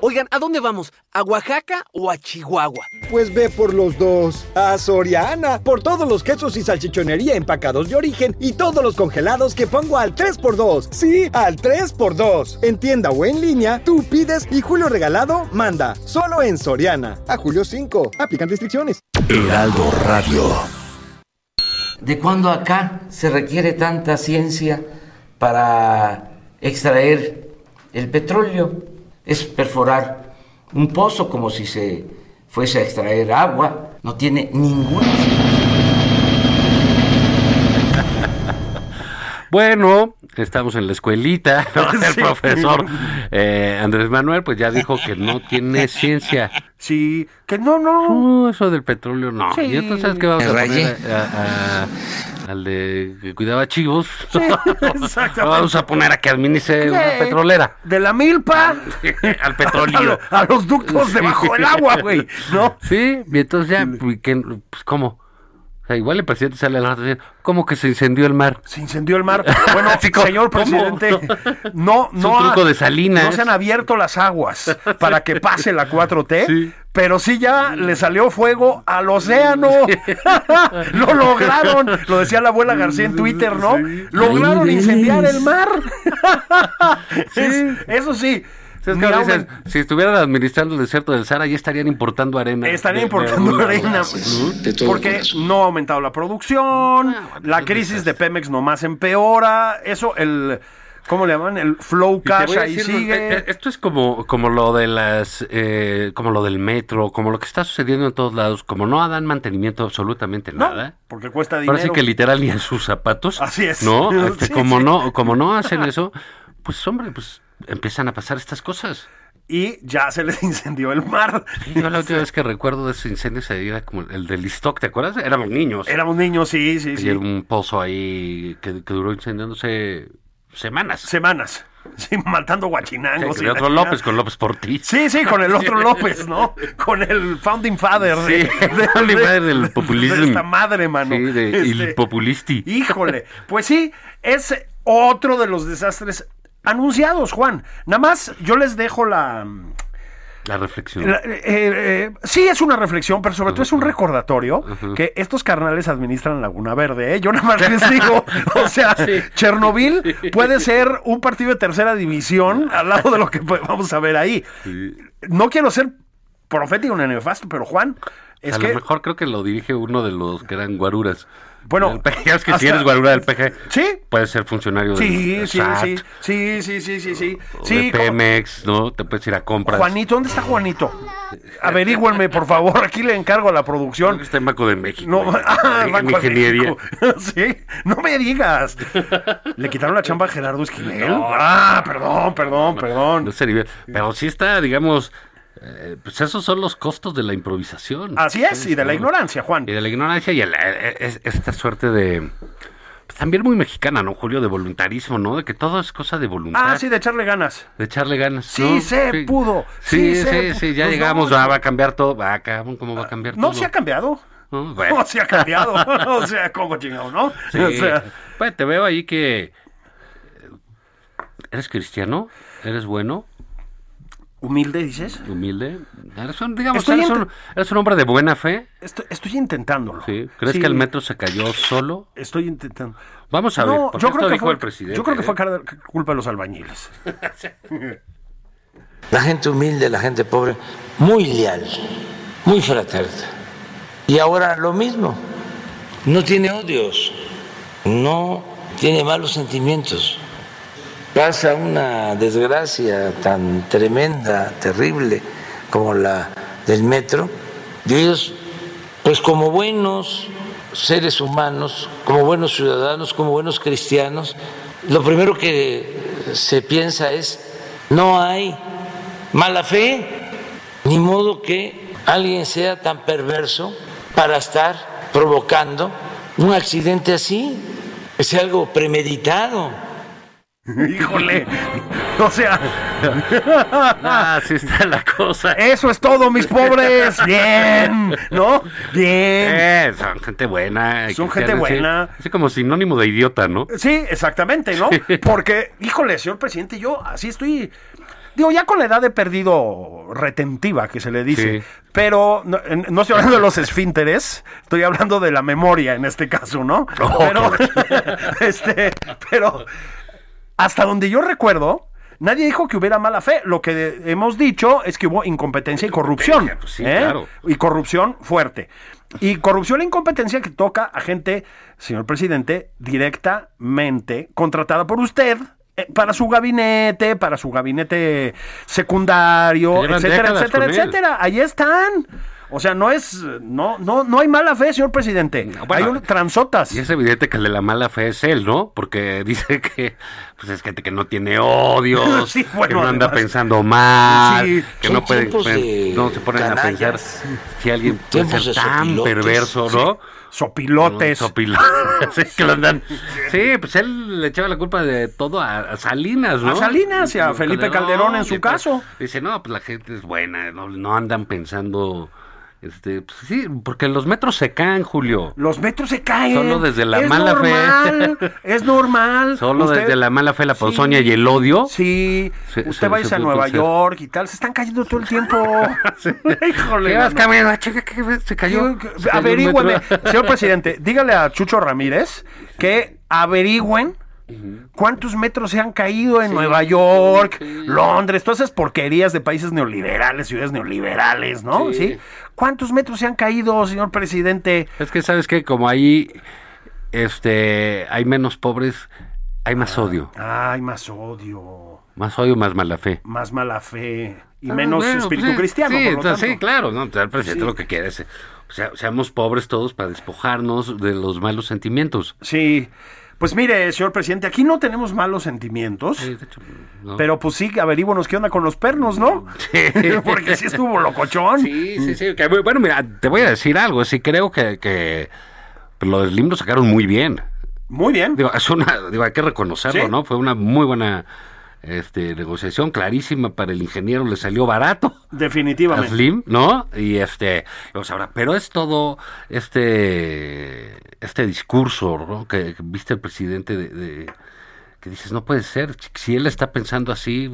Speaker 6: Oigan, ¿a dónde vamos? ¿A Oaxaca o a Chihuahua?
Speaker 7: Pues ve por los dos. A Soriana, por todos los quesos y salchichonería empacados de origen y todos los congelados que pongo al 3x2. Sí, al 3x2. En tienda o en línea, tú pides y Julio Regalado manda. Solo en Soriana. A Julio 5. Aplican restricciones.
Speaker 8: Heraldo Radio.
Speaker 9: ¿De cuándo acá se requiere tanta ciencia para extraer el petróleo? Es perforar un pozo como si se fuese a extraer agua. No tiene ninguna...
Speaker 2: Bueno, estamos en la escuelita. <laughs> ¿no? El
Speaker 1: <laughs> Sí.
Speaker 2: profesor eh, Andrés Manuel, pues ya dijo que no tiene ciencia.
Speaker 1: Sí, que no, no.
Speaker 2: No, eso del petróleo no. Y entonces, ¿qué vamos
Speaker 9: Me
Speaker 2: a
Speaker 9: rayé.
Speaker 2: poner a- a- al de que cuidaba chivos? <laughs>
Speaker 1: exactamente.
Speaker 2: Lo vamos a poner a que administre una
Speaker 1: Sí.
Speaker 2: petrolera.
Speaker 1: De la milpa
Speaker 2: <laughs> al
Speaker 1: a, lo-
Speaker 2: petróleo.
Speaker 1: a los ductos
Speaker 2: Sí.
Speaker 1: debajo del agua, güey. ¿No?
Speaker 2: <laughs> Sí, y entonces ya, pues, ¿qué? pues, ¿cómo? O sea, igual el presidente sale a la noticia, ¿cómo que se incendió el mar?
Speaker 1: Se incendió el mar.
Speaker 2: <laughs>
Speaker 1: Bueno,
Speaker 2: Así como-
Speaker 1: señor
Speaker 2: ¿cómo?
Speaker 1: presidente, no,
Speaker 2: Es
Speaker 1: no,
Speaker 2: un truco
Speaker 1: ha-
Speaker 2: de Salinas.
Speaker 1: no se han abierto las aguas para que pase la 4T,
Speaker 2: <laughs> Sí.
Speaker 1: pero sí ya le salió fuego al océano. <laughs> Lo lograron, lo decía la abuela García en Twitter, ¿no? Lograron
Speaker 2: Ay,
Speaker 1: incendiar
Speaker 2: ves.
Speaker 1: el
Speaker 2: <laughs>
Speaker 1: mar. <laughs> Es- eso sí.
Speaker 2: O sea, es que
Speaker 1: ni
Speaker 2: ahora
Speaker 1: aún-
Speaker 2: dices, si estuvieran administrando el desierto del Sahara, ya estarían importando arena.
Speaker 1: Están
Speaker 2: de- de
Speaker 1: importando
Speaker 2: algún lado.
Speaker 1: arena.
Speaker 2: pues,
Speaker 1: Porque no ha aumentado la producción, la crisis de Pemex nomás empeora, eso, el ¿Cómo le llaman? El flow
Speaker 2: Y te
Speaker 1: cash
Speaker 2: voy a
Speaker 1: ahí
Speaker 2: decir, eh, eh,
Speaker 1: sigue.
Speaker 2: Esto es como, como lo de las, eh, como lo del metro, como lo que está sucediendo en todos lados, como no dan mantenimiento absolutamente nada. ¿eh?
Speaker 1: Porque cuesta dinero.
Speaker 2: Ahora sí que literal ni a sus zapatos.
Speaker 1: Así es.
Speaker 2: No,
Speaker 1: <laughs>
Speaker 2: Este,
Speaker 1: Sí,
Speaker 2: como
Speaker 1: sí.
Speaker 2: no, como no hacen eso, pues hombre, pues empiezan a pasar estas cosas.
Speaker 1: Y ya se les <laughs> incendió el mar.
Speaker 2: Yo la última vez que recuerdo de esos incendios era como el del Listoc, ¿te acuerdas? Éramos niños.
Speaker 1: Éramos niños, sí, sí,
Speaker 2: Y
Speaker 1: sí.
Speaker 2: era un pozo ahí que, que duró incendiándose semanas.
Speaker 1: Semanas. <laughs> Sí, matando
Speaker 2: Sí,
Speaker 1: guachinangos.
Speaker 2: con
Speaker 1: y
Speaker 2: el
Speaker 1: la
Speaker 2: otro
Speaker 1: chingada.
Speaker 2: López, con López Portillo.
Speaker 1: Sí, sí, con el otro López, ¿no? Con el Founding Father.
Speaker 2: Sí, <laughs> el padre del populismo.
Speaker 1: de esta madre, mano.
Speaker 2: Sí, de
Speaker 1: Este,
Speaker 2: Il Populisti.
Speaker 1: Híjole, pues sí, es otro de los desastres anunciados, Juan. Nada más yo les dejo la...
Speaker 2: La reflexión.
Speaker 1: la- eh, eh, sí, es una reflexión, pero sobre todo es un recordatorio que estos carnales administran Laguna Verde. ¿eh? Yo nada más les digo, <laughs> o sea, Chernobyl puede ser un partido de tercera división al lado de lo que pues, vamos a ver ahí. No quiero ser profético ni nefasto, pero Juan, es
Speaker 2: a
Speaker 1: que...
Speaker 2: lo mejor creo que lo dirige uno de los que eran guaruras.
Speaker 1: Bueno,
Speaker 2: Del PG. Ya ves que si
Speaker 1: hasta-
Speaker 2: eres guarura del PG,
Speaker 1: Sí.
Speaker 2: puedes ser funcionario
Speaker 1: Sí,
Speaker 2: del
Speaker 1: sí,
Speaker 2: SAT,
Speaker 1: sí, sí, sí, sí, sí, sí,
Speaker 2: o
Speaker 1: sí.
Speaker 2: de
Speaker 1: como-
Speaker 2: Pemex, ¿no? Te puedes ir a compras.
Speaker 1: Juanito, ¿dónde está Juanito? Averígüenme, por favor, aquí le encargo a la
Speaker 2: Creo
Speaker 1: producción.
Speaker 2: que Eh, está en Banco de México.
Speaker 1: No,
Speaker 2: en-
Speaker 1: <laughs> ah,
Speaker 2: en
Speaker 1: Banco de
Speaker 2: ingeniería.
Speaker 1: México. <laughs> Sí, no me digas. Le quitaron la chamba a Gerardo Esquivel.
Speaker 2: No.
Speaker 1: Ah, perdón, perdón, perdón.
Speaker 2: No sé, nivel. Pero sí está, digamos, eh, pues esos son los costos de la improvisación.
Speaker 1: Así es, y de la ignorancia, Juan.
Speaker 2: Y de la ignorancia y el- eh, es- esta suerte de... pues, también muy mexicana, ¿no, Julio? De voluntarismo, ¿no? De que todo es cosa de voluntad.
Speaker 1: Ah, sí, de echarle ganas.
Speaker 2: De echarle ganas.
Speaker 1: Sí,
Speaker 2: ¿no?
Speaker 1: se pudo. Sí,
Speaker 2: Sí, sí,
Speaker 1: se
Speaker 2: sí,
Speaker 1: pu-
Speaker 2: ya
Speaker 1: Nos
Speaker 2: llegamos,
Speaker 1: vamos.
Speaker 2: ah, va a cambiar todo. Va, cabrón, ¿cómo va a cambiar
Speaker 1: No
Speaker 2: todo?
Speaker 1: se ha cambiado.
Speaker 2: No, bueno,
Speaker 1: No se ha cambiado. <laughs> O sea, como chingado, ¿no?
Speaker 2: sí.
Speaker 1: O sea,
Speaker 2: Bueno, te veo ahí que... ¿Eres cristiano? ¿Eres bueno?
Speaker 1: humilde, dices.
Speaker 2: ¿Humilde? ¿Eres un, digamos,
Speaker 1: Estoy
Speaker 2: eres
Speaker 1: ent-
Speaker 2: un, eres un hombre de buena fe?
Speaker 1: Estoy, estoy intentándolo.
Speaker 2: Sí. ¿Crees
Speaker 1: Sí,
Speaker 2: que el metro se cayó
Speaker 1: <laughs>
Speaker 2: solo?
Speaker 1: Estoy intentando.
Speaker 2: Vamos a ver,
Speaker 1: No,
Speaker 2: porque
Speaker 1: yo
Speaker 2: esto
Speaker 1: creo, que
Speaker 2: dijo
Speaker 1: fue,
Speaker 2: el presidente.
Speaker 1: yo creo que
Speaker 2: ¿eh?
Speaker 1: fue cara- culpa de los albañiles.
Speaker 9: La gente humilde, la gente pobre, muy leal, muy fraterna. Y ahora lo mismo, no tiene odios, no tiene malos sentimientos. Pasa una desgracia tan tremenda, terrible, como la del metro, y ellos, pues como buenos seres humanos, como buenos ciudadanos, como buenos cristianos, lo primero que se piensa es, no hay mala fe, ni modo que alguien sea tan perverso para estar provocando un accidente así, es algo premeditado.
Speaker 1: Híjole. O sea,
Speaker 2: Ah, sí está la cosa.
Speaker 1: eso es todo, mis pobres. Bien, ¿no? Bien.
Speaker 2: Eh, son gente buena.
Speaker 1: Son
Speaker 2: cristiana,
Speaker 1: gente
Speaker 2: sí.
Speaker 1: buena.
Speaker 2: Así como sinónimo de idiota, ¿no?
Speaker 1: Sí, exactamente, ¿no? Porque, híjole, señor presidente, yo así estoy. Digo, ya con la edad he perdido retentiva, que se le dice.
Speaker 2: Sí.
Speaker 1: Pero no, en- no estoy hablando de los esfínteres, estoy hablando de la memoria en este caso, ¿no?
Speaker 2: Oh,
Speaker 1: pero, <laughs> este, pero hasta donde yo recuerdo, nadie dijo que hubiera mala fe. Lo que hemos dicho es que hubo incompetencia y corrupción.
Speaker 2: Incompetencia, pues sí,
Speaker 1: ¿eh?
Speaker 2: claro.
Speaker 1: Y corrupción fuerte. Y corrupción e incompetencia que toca a gente, señor presidente, directamente contratada por usted. eh, Para su gabinete, para su gabinete
Speaker 2: Que
Speaker 1: secundario,
Speaker 2: llevan
Speaker 1: etcétera,
Speaker 2: décadas
Speaker 1: etcétera,
Speaker 2: con él.
Speaker 1: etcétera. Ahí están. O sea, no es, no, no, no hay mala fe, señor presidente.
Speaker 2: bueno,
Speaker 1: hay un, transotas.
Speaker 2: Y es evidente que el de la mala fe es él, ¿no? Porque <laughs> dice que pues es gente que no tiene
Speaker 1: <laughs>
Speaker 2: odios,
Speaker 1: Sí, bueno,
Speaker 2: que no anda
Speaker 1: además.
Speaker 2: pensando mal,
Speaker 1: Sí,
Speaker 2: que
Speaker 9: son
Speaker 2: no, puede,
Speaker 9: tiempos
Speaker 2: pues,
Speaker 9: de
Speaker 2: no se ponen a pensar
Speaker 9: canallas.
Speaker 2: si alguien puede
Speaker 9: Tiempos
Speaker 2: ser
Speaker 9: de
Speaker 2: tan
Speaker 9: sopilotes.
Speaker 2: perverso, ¿no?
Speaker 1: Sopilotes.
Speaker 2: Un sopilo- <laughs> sí, que lo andan- sí, pues él le echaba la culpa de todo a, a Salinas, ¿no?
Speaker 1: A Salinas y a Felipe Calderón en su
Speaker 2: y pues,
Speaker 1: caso.
Speaker 2: Dice, no, pues la gente es buena, no, no andan pensando. Este, pues, sí, porque los metros se caen, Julio.
Speaker 1: Los metros se caen.
Speaker 2: Solo desde la
Speaker 1: es
Speaker 2: mala fe.
Speaker 1: normal, Es normal.
Speaker 2: <laughs> Solo
Speaker 1: Usted-
Speaker 2: desde la mala fe, la
Speaker 1: Sí.
Speaker 2: ponzoña y el odio.
Speaker 1: Sí, <laughs>
Speaker 2: Se-
Speaker 1: usted
Speaker 2: se-
Speaker 1: va a
Speaker 2: se
Speaker 1: irse a
Speaker 2: puede
Speaker 1: Nueva
Speaker 2: hacer.
Speaker 1: York y tal, se están cayendo todo el
Speaker 2: <laughs>
Speaker 1: tiempo. <laughs> Híjole.
Speaker 2: ¿Qué vas,
Speaker 1: mano.
Speaker 2: cabrón? Ah, chica, ¿qué ves? se cayó.
Speaker 1: Sí,
Speaker 2: Se cayó un <laughs>
Speaker 1: Averígüeme,
Speaker 2: metro.
Speaker 1: señor presidente, dígale a Chucho Ramírez que averigüen cuántos metros se han caído en Nueva York, Londres, todas esas porquerías de países neoliberales, ciudades neoliberales, ¿no? Sí. ¿Cuántos metros se han caído, señor presidente?
Speaker 2: Es que sabes que como ahí este hay menos pobres, Hay más odio.
Speaker 1: Ah, hay más odio,
Speaker 2: Más odio, más mala fe.
Speaker 1: más mala fe y
Speaker 2: Ah,
Speaker 1: menos
Speaker 2: bueno,
Speaker 1: espíritu
Speaker 2: sí,
Speaker 1: cristiano.
Speaker 2: Sí,
Speaker 1: por lo
Speaker 2: entonces,
Speaker 1: tanto.
Speaker 2: sí, claro, ¿no? Entonces, El presidente
Speaker 1: Sí.
Speaker 2: lo que quiere es. eh, O sea, seamos pobres todos para despojarnos de los malos sentimientos.
Speaker 1: Sí. Pues mire, señor presidente, aquí no tenemos malos sentimientos.
Speaker 2: ¿no?
Speaker 1: Pero pues sí, averíbonos qué onda con los pernos, ¿no? <laughs> Porque sí estuvo locochón.
Speaker 2: Sí, sí, sí. que, bueno, mira, te voy a decir algo. Sí, creo que, que lo del himno sacaron muy bien.
Speaker 1: Muy bien.
Speaker 2: Digo, es una- digo, hay que reconocerlo,
Speaker 1: Sí.
Speaker 2: ¿no? Fue una muy buena este, negociación, clarísima para el ingeniero, le salió barato. a
Speaker 1: Definitivamente.
Speaker 2: Slim, ¿no? Y este, vamos ahora, pero es todo este este discurso, ¿no? Que, que viste el presidente de, de- que dices no puede ser, si él está pensando así,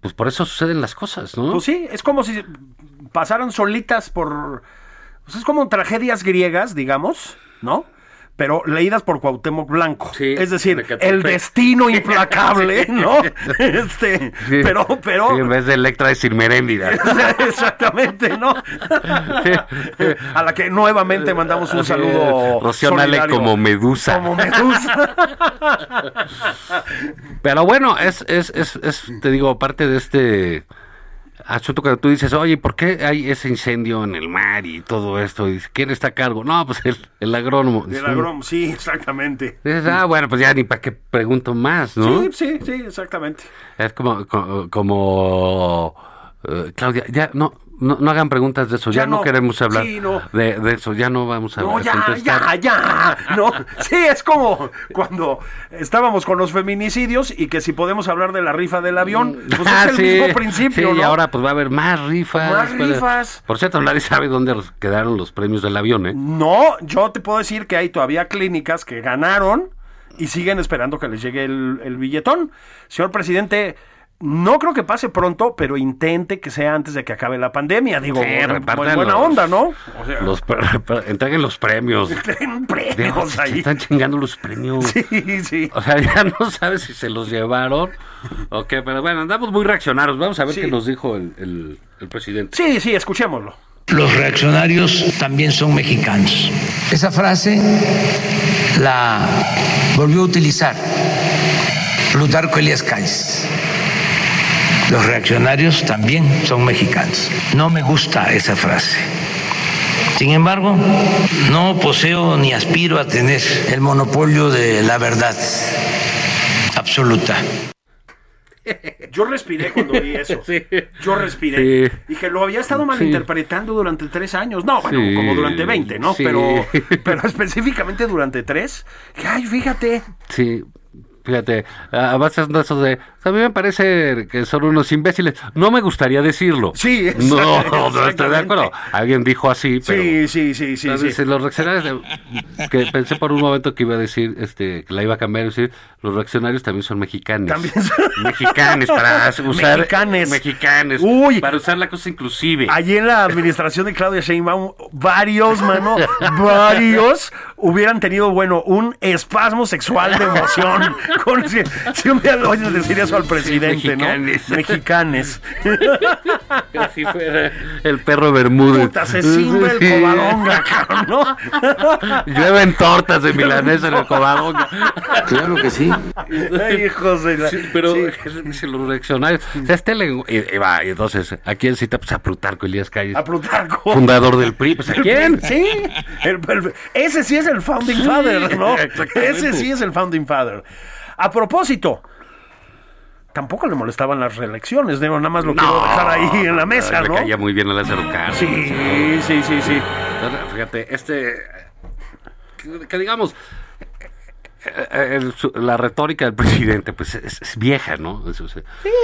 Speaker 2: pues por eso suceden las cosas, ¿no?
Speaker 1: Pues sí, es como si pasaran solitas por... pues es como tragedias griegas, digamos, ¿no? Pero leídas por Cuauhtémoc Blanco.
Speaker 2: Sí,
Speaker 1: es decir,
Speaker 2: de Catepec.
Speaker 1: el destino implacable,
Speaker 2: <laughs> Sí.
Speaker 1: ¿no? Este,
Speaker 2: <laughs> Sí.
Speaker 1: pero, pero... <laughs>
Speaker 2: Sí, en vez de Electra de Cirmeréndida.
Speaker 1: Exactamente, ¿no? A la que nuevamente mandamos <laughs> un
Speaker 2: Así <laughs>
Speaker 1: saludo.
Speaker 2: es, Rocío Nale
Speaker 1: solidario. <laughs>
Speaker 2: como medusa.
Speaker 1: Como medusa.
Speaker 2: Pero bueno, es, es, es, es, te digo, parte de este asunto que tú dices, oye, ¿por qué hay ese incendio en el mar y todo esto? Y dices, ¿Quién está a cargo? No, pues el, el agrónomo.
Speaker 1: El agrom, sí, exactamente.
Speaker 2: Dices, ah, bueno, pues ya ni para qué pregunto más, ¿no?
Speaker 1: Sí, sí, sí, exactamente.
Speaker 2: Es como, co- como, eh, Claudia, ya no, no, no hagan preguntas de eso,
Speaker 1: Ya
Speaker 2: ya, no,
Speaker 1: no.
Speaker 2: queremos hablar
Speaker 1: Sí, no.
Speaker 2: de, de eso, ya no vamos a
Speaker 1: No,
Speaker 2: a
Speaker 1: ya, ya,
Speaker 2: contestar.
Speaker 1: ya. No, sí, es como cuando estábamos con los feminicidios y que si podemos hablar de la rifa del avión, pues
Speaker 2: Ah,
Speaker 1: es el
Speaker 2: sí,
Speaker 1: mismo principio,
Speaker 2: sí, y
Speaker 1: ¿no?
Speaker 2: ahora pues va a haber más rifas.
Speaker 1: Más
Speaker 2: Pero-
Speaker 1: rifas.
Speaker 2: Por cierto, nadie sabe dónde los- quedaron los premios del avión, ¿eh?
Speaker 1: No, yo te puedo decir que hay todavía clínicas que ganaron y siguen esperando que les llegue el, el billetón. Señor presidente, no creo que pase pronto, pero intente que sea antes de que acabe la pandemia. Digo,
Speaker 2: Sí,
Speaker 1: buena,
Speaker 2: repartan
Speaker 1: buena
Speaker 2: los-
Speaker 1: onda, ¿no? <laughs>
Speaker 2: Los pre- <laughs> pre- entreguen los premios.
Speaker 1: Tienen
Speaker 2: Dios,
Speaker 1: premios
Speaker 2: se
Speaker 1: ahí.
Speaker 2: están chingando los premios.
Speaker 1: Sí, sí.
Speaker 2: O sea, ya <laughs> no sabes si se los llevaron o qué, pero bueno, andamos muy reaccionarios. Vamos a ver
Speaker 1: Sí.
Speaker 2: qué nos dijo el, el- el presidente.
Speaker 1: Sí, sí, escuchémoslo.
Speaker 10: Los reaccionarios también son mexicanos. Esa frase la volvió a utilizar Plutarco Elias Calles. Los reaccionarios también son mexicanos. No me gusta esa frase. Sin embargo, no poseo ni aspiro a tener el monopolio de la verdad absoluta.
Speaker 1: Yo respiré cuando vi <laughs> eso.
Speaker 2: Sí.
Speaker 1: Yo respiré.
Speaker 2: Sí.
Speaker 1: Dije, lo había estado malinterpretando durante tres años. No, bueno,
Speaker 2: Sí.
Speaker 1: como durante 20, ¿no? <laughs>
Speaker 2: Sí.
Speaker 1: Pero, pero específicamente durante tres. que, Ay, fíjate.
Speaker 2: Sí, fíjate, a a base de eso de. A mí me parece que son unos imbéciles. No me gustaría decirlo.
Speaker 1: Sí, <laughs> exact-
Speaker 2: No, no estoy de
Speaker 1: exactamente.
Speaker 2: acuerdo. Alguien dijo así, pero.
Speaker 1: Sí, sí, sí, sí. sí.
Speaker 2: Entonces, los reaccionarios, eh, que pensé por un momento que iba a decir, este, que la iba a cambiar, es decir, los reaccionarios también son mexicanos.
Speaker 1: También son- <laughs>
Speaker 2: mexicanos para usar
Speaker 1: Mexicanes.
Speaker 2: mexicanes,
Speaker 1: Uy.
Speaker 2: para usar la cosa inclusive.
Speaker 1: Allí en la administración de Claudia Sheinbaum, varios, <laughs> mano, varios hubieran tenido, bueno, un espasmo sexual de <laughs> emoción. Con, si, si un día le oyes decir eso al presidente,
Speaker 2: mexicanes.
Speaker 1: ¿no? Mexicanes.
Speaker 2: Así fuera el perro Bermúdez.
Speaker 1: Puta, se simbra el
Speaker 2: Sí.
Speaker 1: covadonga, cabrón, ¿no?
Speaker 2: Llueven tortas de milanesa en el covadonga.
Speaker 10: Claro que sí.
Speaker 1: Ay, hijos de la-
Speaker 2: Sí, pero
Speaker 1: sí.
Speaker 2: dicen los reaccionarios. O sea, este lengu- y- y va, y entonces, ¿a quién cita? Pues a Plutarco Elías Calles,
Speaker 1: A Plutarco.
Speaker 2: fundador del PRI. Pues, ¿a quién?
Speaker 1: Sí, el- el- ese sí es el Founding
Speaker 2: Sí,
Speaker 1: Father, ¿no?
Speaker 2: exactamente.
Speaker 1: Ese sí es el Founding Father. A propósito, tampoco le molestaban las reelecciones, digo, nada más lo quiero dejar ahí en la mesa,
Speaker 2: le
Speaker 1: ¿no?
Speaker 2: caía muy bien a Lázaro Cárdenas.
Speaker 1: Sí, sí, sí, sí.
Speaker 2: Ahora, Fíjate, este. Que, que digamos. eh, el su- la retórica del presidente, pues es, es vieja, ¿no? Es- es-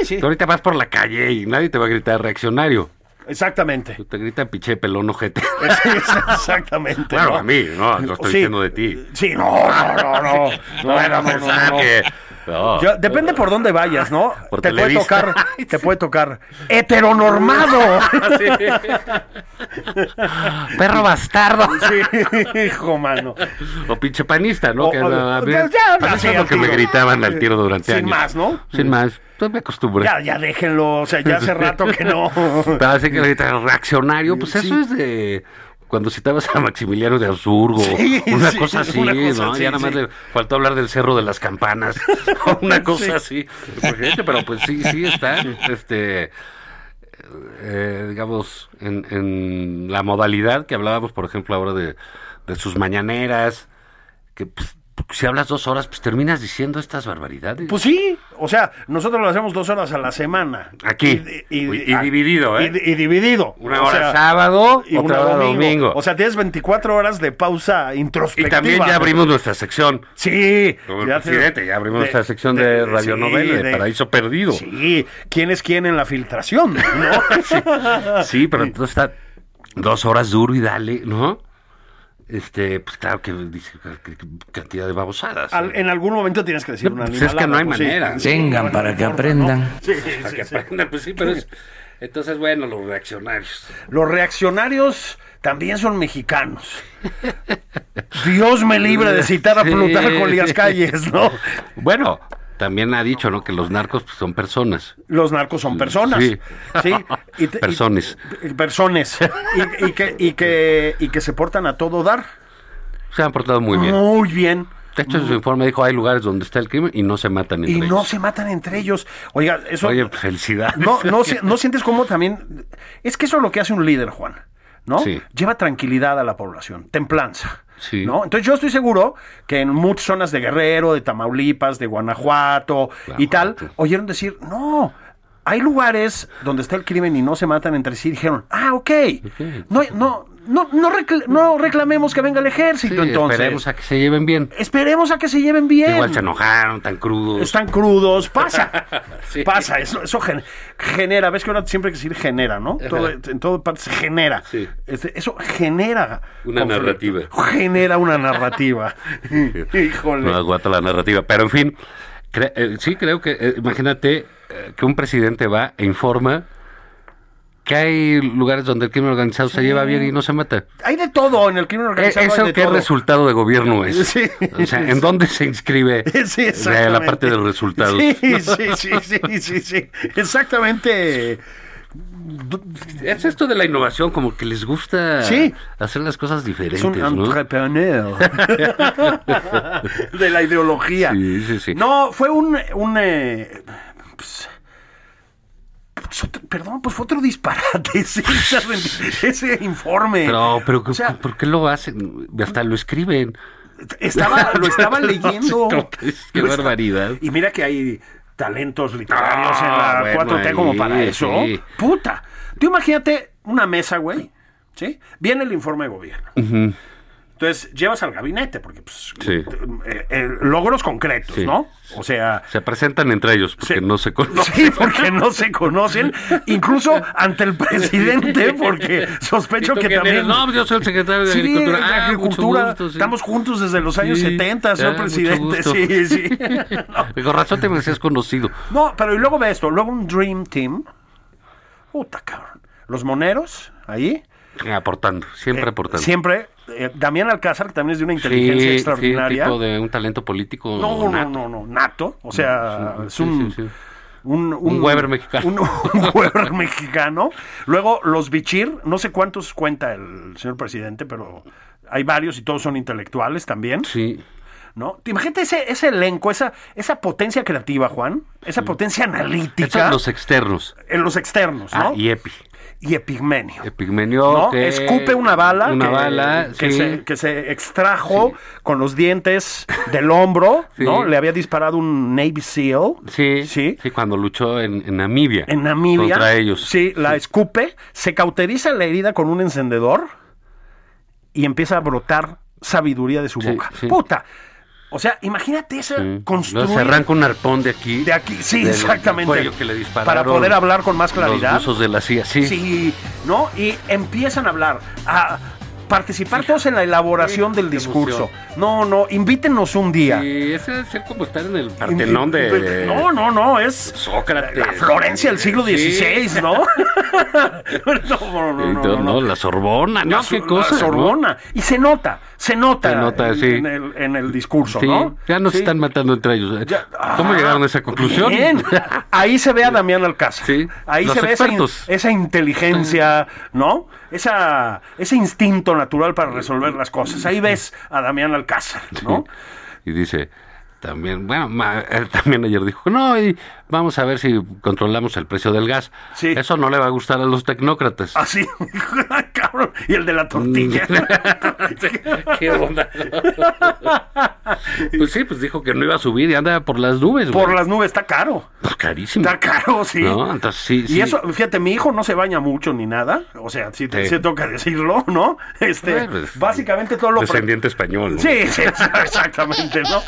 Speaker 1: sí.
Speaker 2: Tú ahorita vas por la calle y nadie te va a gritar reaccionario.
Speaker 1: Exactamente. <laughs>
Speaker 2: Te gritan pinche pelón ojete.
Speaker 1: Sí, Exactamente.
Speaker 2: Claro,
Speaker 1: ¿no?
Speaker 2: a mí, no, no estoy
Speaker 1: Sí.
Speaker 2: diciendo de ti.
Speaker 1: Sí, no, no, no, no. No,
Speaker 2: <laughs> Bueno,
Speaker 1: no, no, no,
Speaker 2: pensar
Speaker 1: no.
Speaker 2: que- no.
Speaker 1: Yo- depende por dónde vayas, ¿no?
Speaker 2: <laughs> Por
Speaker 1: te puede
Speaker 2: Televisa.
Speaker 1: tocar, te puede tocar
Speaker 2: <laughs>
Speaker 1: heteronormado. <laughs>
Speaker 2: Oh, Perro bastardo.
Speaker 1: <laughs> Sí, hijo mano.
Speaker 2: O pinche panista, ¿no?
Speaker 1: O-
Speaker 2: que
Speaker 1: o-
Speaker 2: era- a mí-
Speaker 1: ya, ya, sí,
Speaker 2: panista pues, es
Speaker 1: al
Speaker 2: lo que me
Speaker 1: tiro.
Speaker 2: gritaban al tiro durante
Speaker 1: Sin
Speaker 2: años.
Speaker 1: más, ¿no?
Speaker 2: Sin más. Yo me acostumbré.
Speaker 1: Ya, ya
Speaker 2: <laughs>
Speaker 1: déjenlo, o sea, ya hace rato que no.
Speaker 2: Pero así que ahorita reaccionario, pues eso es de cuando citabas a Maximiliano de Habsburgo,
Speaker 1: Sí,
Speaker 2: una
Speaker 1: sí,
Speaker 2: cosa así,
Speaker 1: una cosa
Speaker 2: ¿no?
Speaker 1: así,
Speaker 2: ya nada más
Speaker 1: sí.
Speaker 2: le faltó hablar del Cerro de las Campanas, <laughs> o una cosa así. Porque, este, pero pues sí, sí está, este, eh, digamos, en, en la modalidad que hablábamos, por ejemplo, ahora de, de sus mañaneras, que pues, si hablas dos horas, pues terminas diciendo estas barbaridades.
Speaker 1: Pues sí, o sea, nosotros lo hacemos dos horas a la semana.
Speaker 2: Aquí.
Speaker 1: Y, ah,
Speaker 2: y dividido, ¿eh?
Speaker 1: Y, y dividido.
Speaker 2: Una hora sábado, otra hora domingo.
Speaker 1: O sea, tienes 24 horas de pausa
Speaker 2: Y
Speaker 1: introspectiva.
Speaker 2: también ya abrimos nuestra sección.
Speaker 1: Sí.
Speaker 2: Como el
Speaker 1: ya te-
Speaker 2: presidente, ya abrimos
Speaker 1: de-
Speaker 2: nuestra sección de, radionovela,
Speaker 1: sí,
Speaker 2: de, Paraíso Perdido. Sí,
Speaker 1: Sí, ¿quién es quién en la filtración? <laughs> ¿no?
Speaker 2: pero entonces está dos horas duro y dale, ¿no? Este, pues claro que dice que- que- cantidad de babosadas. ¿eh?
Speaker 1: Al- eh, en algún momento tienes que decir una
Speaker 2: Pues es que no hay
Speaker 1: animalada, pues sí.
Speaker 2: manera.
Speaker 1: Sí, no hay forma, ¿no? Sí,
Speaker 2: Para
Speaker 1: sí,
Speaker 2: que
Speaker 1: sí.
Speaker 2: aprendan, pues sí, pero es- Entonces, bueno, los reaccionarios.
Speaker 1: Los reaccionarios también son mexicanos. Dios me libre de citar a
Speaker 2: Sí.
Speaker 1: Plutarco Elías Calles, ¿no?
Speaker 2: Bueno, también ha dicho, ¿no? Que los narcos pues, son personas.
Speaker 1: Los narcos son personas.
Speaker 2: Sí.
Speaker 1: Sí. Y te- y-
Speaker 2: Personas.
Speaker 1: personas. Y, y que, y, que, y que se portan a todo dar.
Speaker 2: Se han portado muy bien.
Speaker 1: Muy bien.
Speaker 2: De hecho, en su informe dijo, hay lugares donde está el crimen y no se matan entre
Speaker 1: Y no
Speaker 2: ellos.
Speaker 1: se matan entre ellos. Oiga, eso.
Speaker 2: Oye, pues, felicidad.
Speaker 1: No, no,
Speaker 2: <laughs>
Speaker 1: si- no sientes cómo también. Es que eso es lo que hace un líder, Juan. ¿No?
Speaker 2: Sí.
Speaker 1: Lleva tranquilidad a la población, templanza.
Speaker 2: Sí.
Speaker 1: ¿no? Entonces yo estoy seguro que en muchas zonas de Guerrero, de Tamaulipas, de Guanajuato y tal, oyeron decir, no, hay lugares donde está el crimen y no se matan entre sí. Dijeron, ah, ok, no, no, no, no, recl- no reclamemos que venga el ejército
Speaker 2: Sí,
Speaker 1: entonces.
Speaker 2: Esperemos a que se lleven bien.
Speaker 1: Esperemos a que se lleven bien.
Speaker 2: Igual se enojaron, tan crudos.
Speaker 1: Están crudos, pasa.
Speaker 2: <laughs>
Speaker 1: Pasa, eso, eso gen- genera. ¿Ves que ahora siempre hay que decir genera, no? Todo- en todo parte se genera. Este, eso genera.
Speaker 2: Una
Speaker 1: conflicto.
Speaker 2: narrativa.
Speaker 1: Genera una
Speaker 2: <laughs>
Speaker 1: narrativa. Híjole.
Speaker 2: No aguanta la narrativa. Pero en fin, cre- eh, sí creo que, eh, imagínate eh, que un presidente va e informa que hay lugares donde el crimen organizado se lleva bien y no se mata.
Speaker 1: Hay de todo en el crimen
Speaker 2: Eh,
Speaker 1: organizado. hay
Speaker 2: ¿Eso
Speaker 1: de
Speaker 2: qué
Speaker 1: todo.
Speaker 2: resultado de gobierno es?
Speaker 1: Sí.
Speaker 2: O sea, ¿en dónde se inscribe
Speaker 1: <laughs> <laughs> Sí,
Speaker 2: eh, la
Speaker 1: exactamente.
Speaker 2: parte de resultados?
Speaker 1: Sí, sí, sí, sí, sí, sí. Exactamente.
Speaker 2: Es esto de la innovación, como que les gusta
Speaker 1: Sí.
Speaker 2: hacer las cosas diferentes,
Speaker 1: Es un
Speaker 2: ¿no?
Speaker 1: entrepreneur. <laughs> de la ideología.
Speaker 2: Sí, sí, sí.
Speaker 1: No, fue un. un, eh, pues, pues, otro- perdón, pues fue otro disparate <laughs> ese, ese informe.
Speaker 2: Pero, pero
Speaker 1: O sea,
Speaker 2: ¿por qué lo hacen? Hasta lo escriben. <laughs>
Speaker 1: estaba, lo estaba
Speaker 2: No,
Speaker 1: leyendo.
Speaker 2: sí, <laughs> como que es- Qué
Speaker 1: Lo esta-
Speaker 2: barbaridad.
Speaker 1: Y mira que hay talentos literarios en
Speaker 2: Ah,
Speaker 1: la
Speaker 2: bueno,
Speaker 1: 4T
Speaker 2: ahí,
Speaker 1: como para eso.
Speaker 2: sí.
Speaker 1: Puta. Tú imagínate una mesa, güey. ¿Sí? Viene el informe de gobierno.
Speaker 2: Ujú.
Speaker 1: Entonces llevas al gabinete, porque pues,
Speaker 2: Sí.
Speaker 1: eh, eh, logros concretos,
Speaker 2: Sí.
Speaker 1: ¿no? O sea,
Speaker 2: Se presentan entre ellos porque <laughs> no se conocen.
Speaker 1: sí, porque no se conocen, incluso ante
Speaker 2: <laughs>
Speaker 1: el presidente, porque sospecho
Speaker 2: ¿Y tú
Speaker 1: que
Speaker 2: quién
Speaker 1: también...
Speaker 2: eres? No, pues yo soy el secretario de
Speaker 1: Sí,
Speaker 2: Agricultura.
Speaker 1: de
Speaker 2: Ah, mucho
Speaker 1: agricultura.
Speaker 2: gusto, sí.
Speaker 1: Estamos juntos desde los años
Speaker 2: Sí,
Speaker 1: 70,
Speaker 2: ah,
Speaker 1: señor
Speaker 2: mucho
Speaker 1: presidente.
Speaker 2: gusto.
Speaker 1: Sí,
Speaker 2: <laughs>
Speaker 1: sí.
Speaker 2: Con razón te me decías conocido.
Speaker 1: No, pero y luego ve esto, luego un Dream Team. Puta cabrón. Los moneros, ahí. Eh,
Speaker 2: Aportando, siempre aportando.
Speaker 1: Siempre. eh, Damián Alcázar, que también es de una
Speaker 2: Sí,
Speaker 1: inteligencia
Speaker 2: sí,
Speaker 1: extraordinaria.
Speaker 2: tipo de un talento político.
Speaker 1: No, no,
Speaker 2: nato.
Speaker 1: no, no, nato. O sea,
Speaker 2: Sí,
Speaker 1: es
Speaker 2: sí,
Speaker 1: un,
Speaker 2: sí, sí.
Speaker 1: un,
Speaker 2: Un Weber mexicano.
Speaker 1: Un, un <laughs> Weber mexicano. Luego, los bichir, no sé cuántos cuenta el señor presidente, pero hay varios y todos son intelectuales también.
Speaker 2: Sí.
Speaker 1: ¿no? Imagínate ese, ese elenco, esa, esa potencia creativa, Juan. Esa potencia
Speaker 2: Estos
Speaker 1: analítica
Speaker 2: son los externos.
Speaker 1: en los externos,
Speaker 2: Ah,
Speaker 1: ¿no?
Speaker 2: y Epi.
Speaker 1: y Epigmenio.
Speaker 2: Epigmenio.
Speaker 1: ¿no?
Speaker 2: que-
Speaker 1: Escupe una bala,
Speaker 2: Una
Speaker 1: que,
Speaker 2: bala,
Speaker 1: que
Speaker 2: sí.
Speaker 1: se, que se extrajo con los dientes del hombro,
Speaker 2: <laughs> Sí.
Speaker 1: ¿no? Le había disparado un Navy SEAL.
Speaker 2: Sí,
Speaker 1: Sí.
Speaker 2: sí, cuando luchó en, en Namibia.
Speaker 1: En Namibia.
Speaker 2: Contra ellos.
Speaker 1: Sí, la escupe, se cauteriza la herida con un encendedor y empieza a brotar sabiduría de su
Speaker 2: Sí,
Speaker 1: boca.
Speaker 2: sí.
Speaker 1: Puta. O sea, imagínate esa
Speaker 2: Sí.
Speaker 1: construir
Speaker 2: Mm. Se arranca un arpón de aquí.
Speaker 1: de aquí, sí,
Speaker 2: del
Speaker 1: exactamente,
Speaker 2: cuello que le dispararon
Speaker 1: para poder hablar con más claridad.
Speaker 2: Los buzos de la CIA, sí.
Speaker 1: Sí, ¿no? Y empiezan a hablar, a participar todos en la elaboración
Speaker 2: Sí,
Speaker 1: del
Speaker 2: qué
Speaker 1: discurso. No, no, invítenos un día.
Speaker 2: Y ese es el como estar en el Partenón de
Speaker 1: No, no, no, es
Speaker 2: Sócrates.
Speaker 1: la Florencia del siglo
Speaker 2: Sí.
Speaker 1: XVI,
Speaker 2: <laughs>
Speaker 1: ¿no? no, no, no,
Speaker 2: Y
Speaker 1: no,
Speaker 2: todo,
Speaker 1: no.
Speaker 2: no, la Sorbona, no,
Speaker 1: La
Speaker 2: qué
Speaker 1: sor- la
Speaker 2: cosa. ¿no?
Speaker 1: Sorbona. Y se nota, se nota,
Speaker 2: Se nota,
Speaker 1: en,
Speaker 2: sí.
Speaker 1: en el, en el discurso,
Speaker 2: Sí,
Speaker 1: ¿no?
Speaker 2: ya nos
Speaker 1: Sí.
Speaker 2: están matando entre ellos. ¿eh?
Speaker 1: Ya-
Speaker 2: ¿Cómo
Speaker 1: Ah,
Speaker 2: llegaron a esa conclusión?
Speaker 1: Bien. Ahí se ve a Damián Alcázar.
Speaker 2: Sí,
Speaker 1: Ahí
Speaker 2: los
Speaker 1: se ve esa, in-
Speaker 2: expertos.
Speaker 1: esa inteligencia, ¿no? Esa, ese instinto natural para resolver las cosas. Ahí ves a Damián Alcázar, ¿no?
Speaker 2: <laughs> Y dice, también, bueno, ma- él también ayer dijo, no, y vamos a ver si controlamos el precio del gas. Eso no le va a gustar a los tecnócratas.
Speaker 1: Así, <laughs> cabrón. Y el de la tortilla.
Speaker 2: Mm.
Speaker 1: Ah,
Speaker 2: <laughs> Qué onda. Pues sí, pues dijo que no iba a subir y anda por las
Speaker 1: <laughs>
Speaker 2: nubes.
Speaker 1: Por
Speaker 2: güey.
Speaker 1: las nubes está caro.
Speaker 2: Pues carísimo.
Speaker 1: Está caro, sí.
Speaker 2: No, entonces sí,
Speaker 1: y
Speaker 2: sí.
Speaker 1: eso, fíjate, mi hijo no se baña mucho ni nada. O sea, si te,
Speaker 2: Sí. pues,
Speaker 1: sí toca decirlo, ¿no? Este,
Speaker 2: Bueno, es-
Speaker 1: básicamente todo lo pre-
Speaker 2: Descendiente español. ¿no?
Speaker 1: Sí, sí, exactamente, ¿no?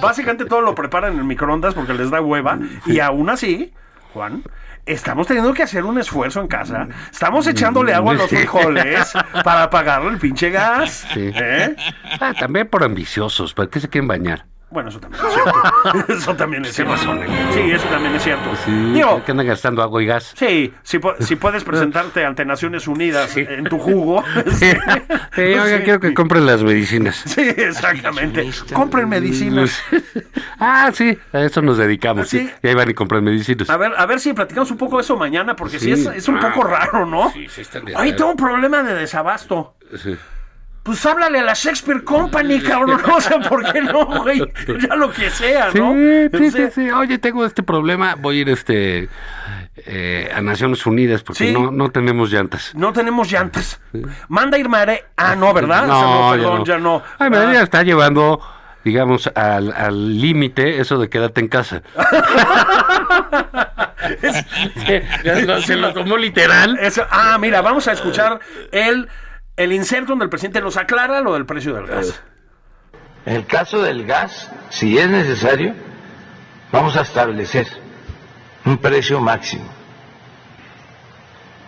Speaker 1: Básicamente todo lo preparan en el microondas porque les da hueva. Y aún así, Juan, estamos teniendo que hacer un esfuerzo en casa. Estamos echándole agua a los
Speaker 2: Sí.
Speaker 1: frijoles para pagar el pinche gas.
Speaker 2: Sí.
Speaker 1: ¿eh?
Speaker 2: Ah, también por ambiciosos, ¿para qué se quieren bañar?
Speaker 1: Bueno, eso también es cierto. Eso también es cierto. Sí, eso también es cierto.
Speaker 2: Sí,
Speaker 1: Mm. Digo-
Speaker 2: que andan gastando agua y gas.
Speaker 1: Sí, si, pu- si puedes presentarte ante Naciones Unidas en tu jugo. <laughs> Sí,
Speaker 2: <laughs> Sí, oiga, quiero que compren las medicinas. Mm,
Speaker 1: Sí, exactamente. Compren medicinas.
Speaker 2: Ah, sí, a eso nos dedicamos.
Speaker 1: ¿Ah, Sí.
Speaker 2: Sí. Y ahí van y compran medicinas.
Speaker 1: A ver, a ver si platicamos un poco de eso mañana, porque sí,
Speaker 2: Sí.
Speaker 1: es, es un
Speaker 2: Ah.
Speaker 1: poco raro, ¿no?
Speaker 2: Sí, sí, están de
Speaker 1: Oye,
Speaker 2: acuerdo.
Speaker 1: tengo un problema de desabasto.
Speaker 2: Sí.
Speaker 1: Pues háblale a la Shakespeare Company, cabrón. <laughs> O sea, ¿por qué no, güey? Ya lo que sea,
Speaker 2: Sí,
Speaker 1: ¿no? Pues, eh.
Speaker 2: sí,
Speaker 1: O sea,
Speaker 2: sí, sí. Oye, tengo este problema. Voy a ir este, eh, a Naciones Unidas porque
Speaker 1: Sí.
Speaker 2: no, no tenemos llantas.
Speaker 1: No tenemos llantas. Manda Irmare. Ah, no, ¿verdad? O sea,
Speaker 2: No,
Speaker 1: perdón, ya no. Ah.
Speaker 2: Ay, me ya está llevando, digamos, al al límite eso de quédate en casa. Sí, ya lo- se lo tomó literal.
Speaker 1: <laughs> Eso- ah, mira, vamos a escuchar el, el inserto donde el presidente nos aclara lo del precio del gas.
Speaker 10: En el caso del gas, si es necesario, vamos a establecer un precio máximo.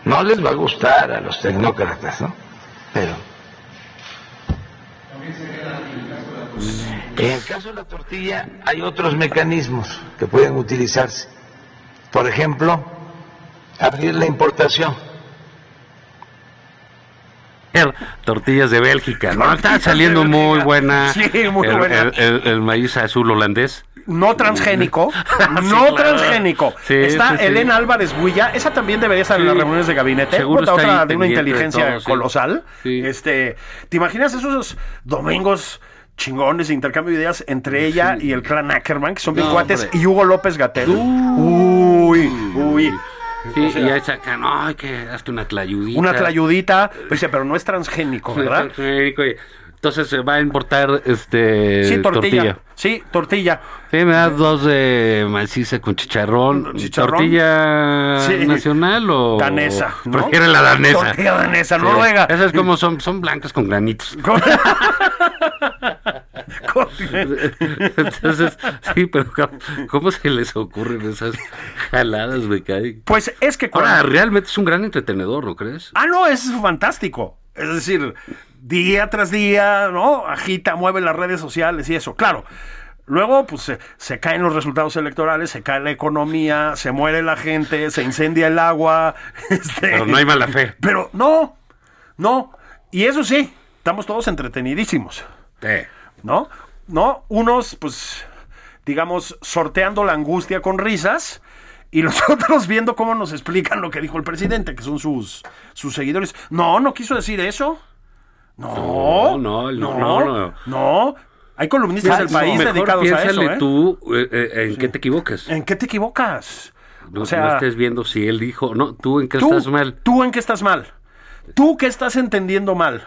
Speaker 10: No les va a gustar a los tecnócratas, ¿no? Pero... En el caso de la tortilla hay otros mecanismos que pueden utilizarse. Por ejemplo, abrir la importación.
Speaker 2: Er, Tortillas de Bélgica. No, está saliendo muy buena.
Speaker 1: Sí, muy
Speaker 2: el,
Speaker 1: buena.
Speaker 2: el- el- el maíz azul holandés.
Speaker 1: No
Speaker 2: <laughs>
Speaker 1: transgénico. no
Speaker 2: claro.
Speaker 1: transgénico.
Speaker 2: Sí,
Speaker 1: está
Speaker 2: sí, sí.
Speaker 1: Elena Álvarez Builla. Esa también debería estar en
Speaker 2: Sí.
Speaker 1: las reuniones de gabinete.
Speaker 2: Seguro
Speaker 1: Puta,
Speaker 2: está
Speaker 1: otra
Speaker 2: ahí
Speaker 1: de una
Speaker 2: pendiente de
Speaker 1: inteligencia
Speaker 2: todo, sí.
Speaker 1: colosal. Este, ¿Te imaginas esos domingos? chingones de intercambio de ideas entre ella y el clan Ackerman, que son bien
Speaker 2: No,
Speaker 1: cuates,
Speaker 2: hombre.
Speaker 1: y Hugo López Gatel. Uy, uy.
Speaker 2: Sí,
Speaker 1: O sea,
Speaker 2: y ahí sacan, ay, que hazte una tlayudita.
Speaker 1: una tlayudita. Pues, dice, pero no es transgénico, ¿verdad?
Speaker 2: Entonces se va a importar este
Speaker 1: Sí, tortilla.
Speaker 2: tortilla.
Speaker 1: Sí, tortilla.
Speaker 2: Sí, me das dos de maciza con chicharrón.
Speaker 1: Chicharrón.
Speaker 2: ¿Tortilla
Speaker 1: Sí.
Speaker 2: Ah, nacional o...?
Speaker 1: Danesa, ¿no?
Speaker 2: Prefiere la danesa.
Speaker 1: Tortilla danesa, noruega.
Speaker 2: Esas como son, son blancas con granitos.
Speaker 1: <laughs>
Speaker 2: Entonces, sí, pero ¿cómo, cómo se les ocurren esas jaladas, me cae?
Speaker 1: Pues es que
Speaker 2: Ahora, realmente es un gran entretenedor, ¿no crees?
Speaker 1: Ah, no, es fantástico. Es decir, día tras día, ¿no? Agita, mueve las redes sociales y eso. Claro. Luego, pues se, se caen los resultados electorales, se cae la economía, se muere la gente, se incendia el agua. <laughs> este,
Speaker 2: Pero no hay mala fe.
Speaker 1: Pero no, no. Y eso sí, estamos todos entretenidísimos.
Speaker 2: Eh.
Speaker 1: ¿no? ¿No? Unos, pues, digamos, sorteando la angustia con risas. Y los <laughs> otros viendo cómo nos explican lo que dijo el presidente, que son sus, sus seguidores. No, no quiso decir eso. No,
Speaker 2: No, no, no, no.
Speaker 1: no. Hay columnistas del país
Speaker 2: Mejor
Speaker 1: dedicados a eso.
Speaker 2: piénsale
Speaker 1: ¿eh?
Speaker 2: tú eh, eh, en qué te equivocas.
Speaker 1: ¿En qué te equivocas?
Speaker 2: No,
Speaker 1: o sea-
Speaker 2: no estés viendo si él dijo, no, tú en qué
Speaker 1: Tú,
Speaker 2: estás mal.
Speaker 1: tú en qué estás mal. Tú que estás entendiendo mal.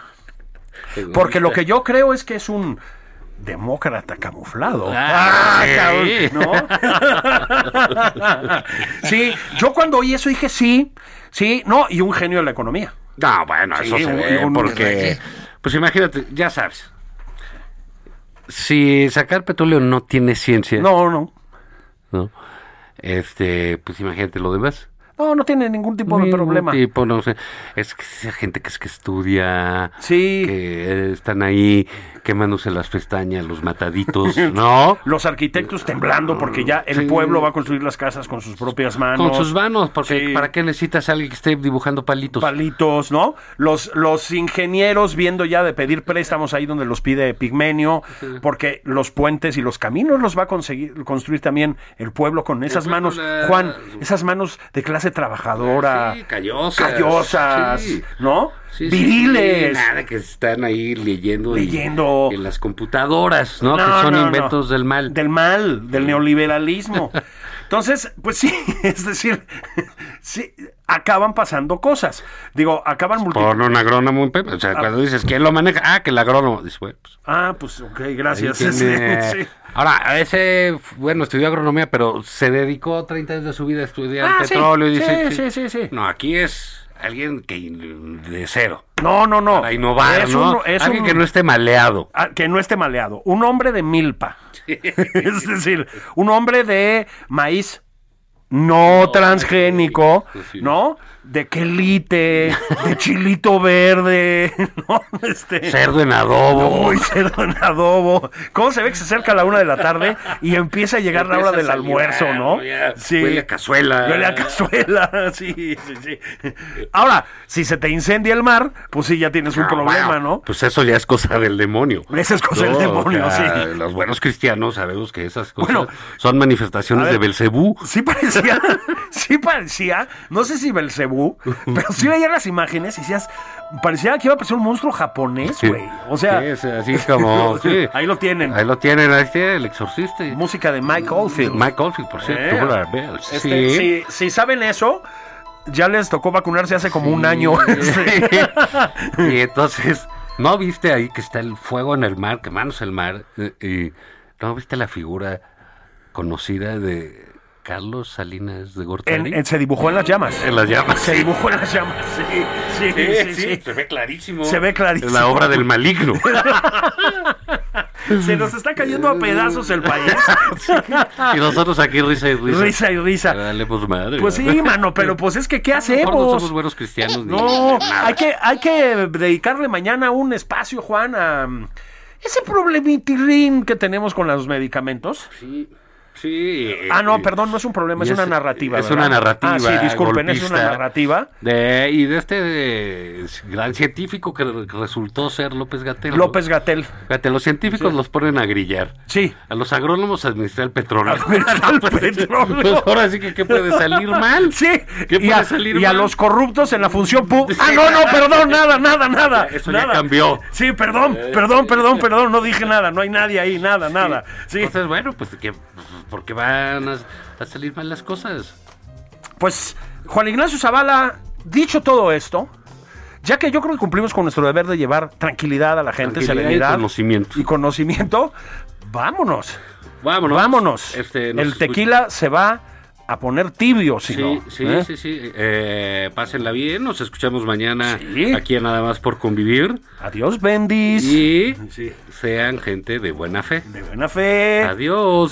Speaker 1: Porque
Speaker 2: este
Speaker 1: lo que yo creo es que es un demócrata camuflado.
Speaker 2: Ah, sí.
Speaker 1: cabrón, ¿no? <laughs> sí, yo cuando oí eso dije sí, sí, no, y un genio de la economía.
Speaker 2: No, bueno,
Speaker 1: Sí,
Speaker 2: eso se
Speaker 1: un-
Speaker 2: ve
Speaker 1: un-
Speaker 2: porque... Pues imagínate, ya sabes. Si sacar petróleo no tiene ciencia,
Speaker 1: No, no.
Speaker 2: ¿no? Este, pues imagínate lo demás.
Speaker 1: No, no tiene ningún tipo de
Speaker 2: Ningún
Speaker 1: problema.
Speaker 2: tipo, no sé. Es que esa gente que es que estudia,
Speaker 1: Sí.
Speaker 2: que eh, están ahí quemándose las pestañas, los
Speaker 1: <laughs>
Speaker 2: mataditos, ¿no?
Speaker 1: Los arquitectos temblando porque ya el
Speaker 2: Sí.
Speaker 1: pueblo va a construir las casas con sus propias manos.
Speaker 2: Con sus manos, porque
Speaker 1: Sí.
Speaker 2: ¿para qué necesitas a alguien que esté dibujando palitos?
Speaker 1: palitos, ¿no? Los, los ingenieros viendo ya de pedir préstamos ahí donde los pide Pigmenio, porque los puentes y los caminos los va a conseguir construir también el pueblo con esas
Speaker 2: pueblo
Speaker 1: manos,
Speaker 2: la-
Speaker 1: Juan, esas manos de clase trabajadora.
Speaker 2: Sí, callosas.
Speaker 1: Callosas,
Speaker 2: Sí.
Speaker 1: ¿no?
Speaker 2: Sí, sí,
Speaker 1: Viriles.
Speaker 2: sí, nada, que están ahí leyendo. y-
Speaker 1: Leyendo.
Speaker 2: En las computadoras, ¿no? que son inventos
Speaker 1: del mal. Del mal, del
Speaker 2: <laughs>
Speaker 1: neoliberalismo. Entonces, pues sí, <laughs> es decir, sí, acaban pasando cosas. Digo, acaban
Speaker 2: por
Speaker 1: multiplicando.
Speaker 2: un agrónomo. O sea,
Speaker 1: Ah.
Speaker 2: cuando dices, ¿quién lo maneja? Ah, que el agrónomo. Dices, bueno, pues,
Speaker 1: Ah, pues ok,
Speaker 2: ahí
Speaker 1: gracias.
Speaker 2: tiene-
Speaker 1: <laughs> Sí, sí.
Speaker 2: Ahora, ese, bueno, estudió agronomía, pero se dedicó 30 años de su vida a estudiar
Speaker 1: Ah, sí,
Speaker 2: petróleo. y dice,
Speaker 1: sí, sí, sí, sí.
Speaker 2: No, aquí es alguien que de cero.
Speaker 1: No, no, no.
Speaker 2: Para innovar,
Speaker 1: Es
Speaker 2: ¿no?
Speaker 1: un- es
Speaker 2: alguien
Speaker 1: un-
Speaker 2: que no esté maleado.
Speaker 1: Ah, que no esté maleado. Un hombre de milpa. <laughs> es decir, un hombre de maíz no, transgénico,
Speaker 2: pues
Speaker 1: ¿no? De quelite, de chilito verde, <laughs> ¿no? Este-
Speaker 2: Cerdo en adobo.
Speaker 1: Uy, <laughs> cerdo en adobo. ¿Cómo se ve que se acerca la una de la tarde y empieza a llegar la hora
Speaker 2: Empieza
Speaker 1: del
Speaker 2: a salivar,
Speaker 1: almuerzo, ¿no?
Speaker 2: ya, huele a cazuela.
Speaker 1: Huele a cazuela, <laughs> sí, sí, sí. Ahora, si se te incendia el mar, pues sí, ya tienes un
Speaker 2: Ah,
Speaker 1: problema,
Speaker 2: bueno,
Speaker 1: ¿no?
Speaker 2: Pues eso ya es cosa del demonio.
Speaker 1: Esa es cosa del
Speaker 2: No,
Speaker 1: demonio,
Speaker 2: o sea,
Speaker 1: sí.
Speaker 2: Los buenos cristianos sabemos que esas cosas son manifestaciones de Belcebú.
Speaker 1: Sí parecía, <laughs> sí parecía, no sé si Belcebú, pero sí veía las imágenes y decías, parecía que iba a aparecer un monstruo japonés,
Speaker 2: Sí.
Speaker 1: güey. O sea,
Speaker 2: Sí, es así
Speaker 1: <laughs>
Speaker 2: como. sí.
Speaker 1: ahí lo tienen.
Speaker 2: Ahí lo tienen, ahí tiene el exorcista.
Speaker 1: Música de Mike Oldfield.
Speaker 2: Mike Oldfield, por cierto.
Speaker 1: Eh,
Speaker 2: la Bell,
Speaker 1: este,
Speaker 2: sí. <laughs>
Speaker 1: si, si saben eso, ya les tocó vacunarse hace como un
Speaker 2: <laughs>
Speaker 1: año.
Speaker 2: y entonces, ¿no viste ahí que está el fuego en el mar, quemándose el mar? Eh, Y, ¿No viste la figura conocida de Carlos Salinas de Gortari?
Speaker 1: En- en- se dibujó en las llamas.
Speaker 2: En las llamas.
Speaker 1: Se dibujó en las llamas, sí, sí,
Speaker 2: Sí,
Speaker 1: sí,
Speaker 2: sí,
Speaker 1: sí.
Speaker 2: se ve clarísimo.
Speaker 1: Se ve clarísimo.
Speaker 2: La obra del maligno.
Speaker 1: Se nos está cayendo a pedazos el
Speaker 2: <laughs>
Speaker 1: país.
Speaker 2: Y nosotros aquí risa y risa.
Speaker 1: Risa y risa.
Speaker 2: Dale, pues madre.
Speaker 1: Pues sí,
Speaker 2: ¿verdad?
Speaker 1: mano, pero pues es que ¿qué hacemos?
Speaker 2: Mejor no somos buenos cristianos. ni-
Speaker 1: No, hay que, hay que dedicarle mañana un espacio, Juan, a mm, ese problemitirrín que tenemos con los medicamentos.
Speaker 2: Sí. Sí.
Speaker 1: Ah, no, perdón, no es un problema, es,
Speaker 2: Y
Speaker 1: una
Speaker 2: es-
Speaker 1: narrativa.
Speaker 2: es
Speaker 1: ¿verdad?
Speaker 2: una narrativa
Speaker 1: Ah, sí, disculpen, es una
Speaker 2: golpista.
Speaker 1: narrativa.
Speaker 2: De, y de este eh, gran científico que re- resultó ser López Gatel.
Speaker 1: López Gatel.
Speaker 2: Fíjate, los científicos los ponen a grillar.
Speaker 1: Sí.
Speaker 2: A los agrónomos a administrar el petróleo.
Speaker 1: Al petróleo.
Speaker 2: <laughs> Pues ahora sí que ¿qué puede salir
Speaker 1: <laughs>
Speaker 2: mal?
Speaker 1: Sí.
Speaker 2: ¿Qué
Speaker 1: y
Speaker 2: puede
Speaker 1: a,
Speaker 2: salir
Speaker 1: y a
Speaker 2: mal?
Speaker 1: los corruptos en la función pública. Ah, no, no, perdón, nada, nada, nada.
Speaker 2: Eso ya
Speaker 1: nada.
Speaker 2: cambió.
Speaker 1: Sí, perdón, perdón, perdón, perdón, no dije nada, no hay nadie ahí, nada, nada.
Speaker 2: Entonces, bueno, pues que porque van a, a salir mal las cosas.
Speaker 1: Pues, Juan Ignacio Zavala, dicho todo esto, ya que yo creo que cumplimos con nuestro deber de llevar tranquilidad a la gente,
Speaker 2: Tranquilidad y
Speaker 1: serenidad
Speaker 2: conocimiento.
Speaker 1: y conocimiento, vámonos.
Speaker 2: Vámonos.
Speaker 1: Vámonos.
Speaker 2: Este, nos
Speaker 1: El
Speaker 2: escuch-
Speaker 1: tequila se va a poner tibio, si
Speaker 2: Sí,
Speaker 1: no.
Speaker 2: sí,
Speaker 1: ¿eh?
Speaker 2: sí, sí. Eh, pásenla bien. Nos escuchamos mañana aquí en Nada más por convivir.
Speaker 1: Adiós, Bendis.
Speaker 2: Y sean gente de buena fe.
Speaker 1: De buena fe.
Speaker 2: Adiós.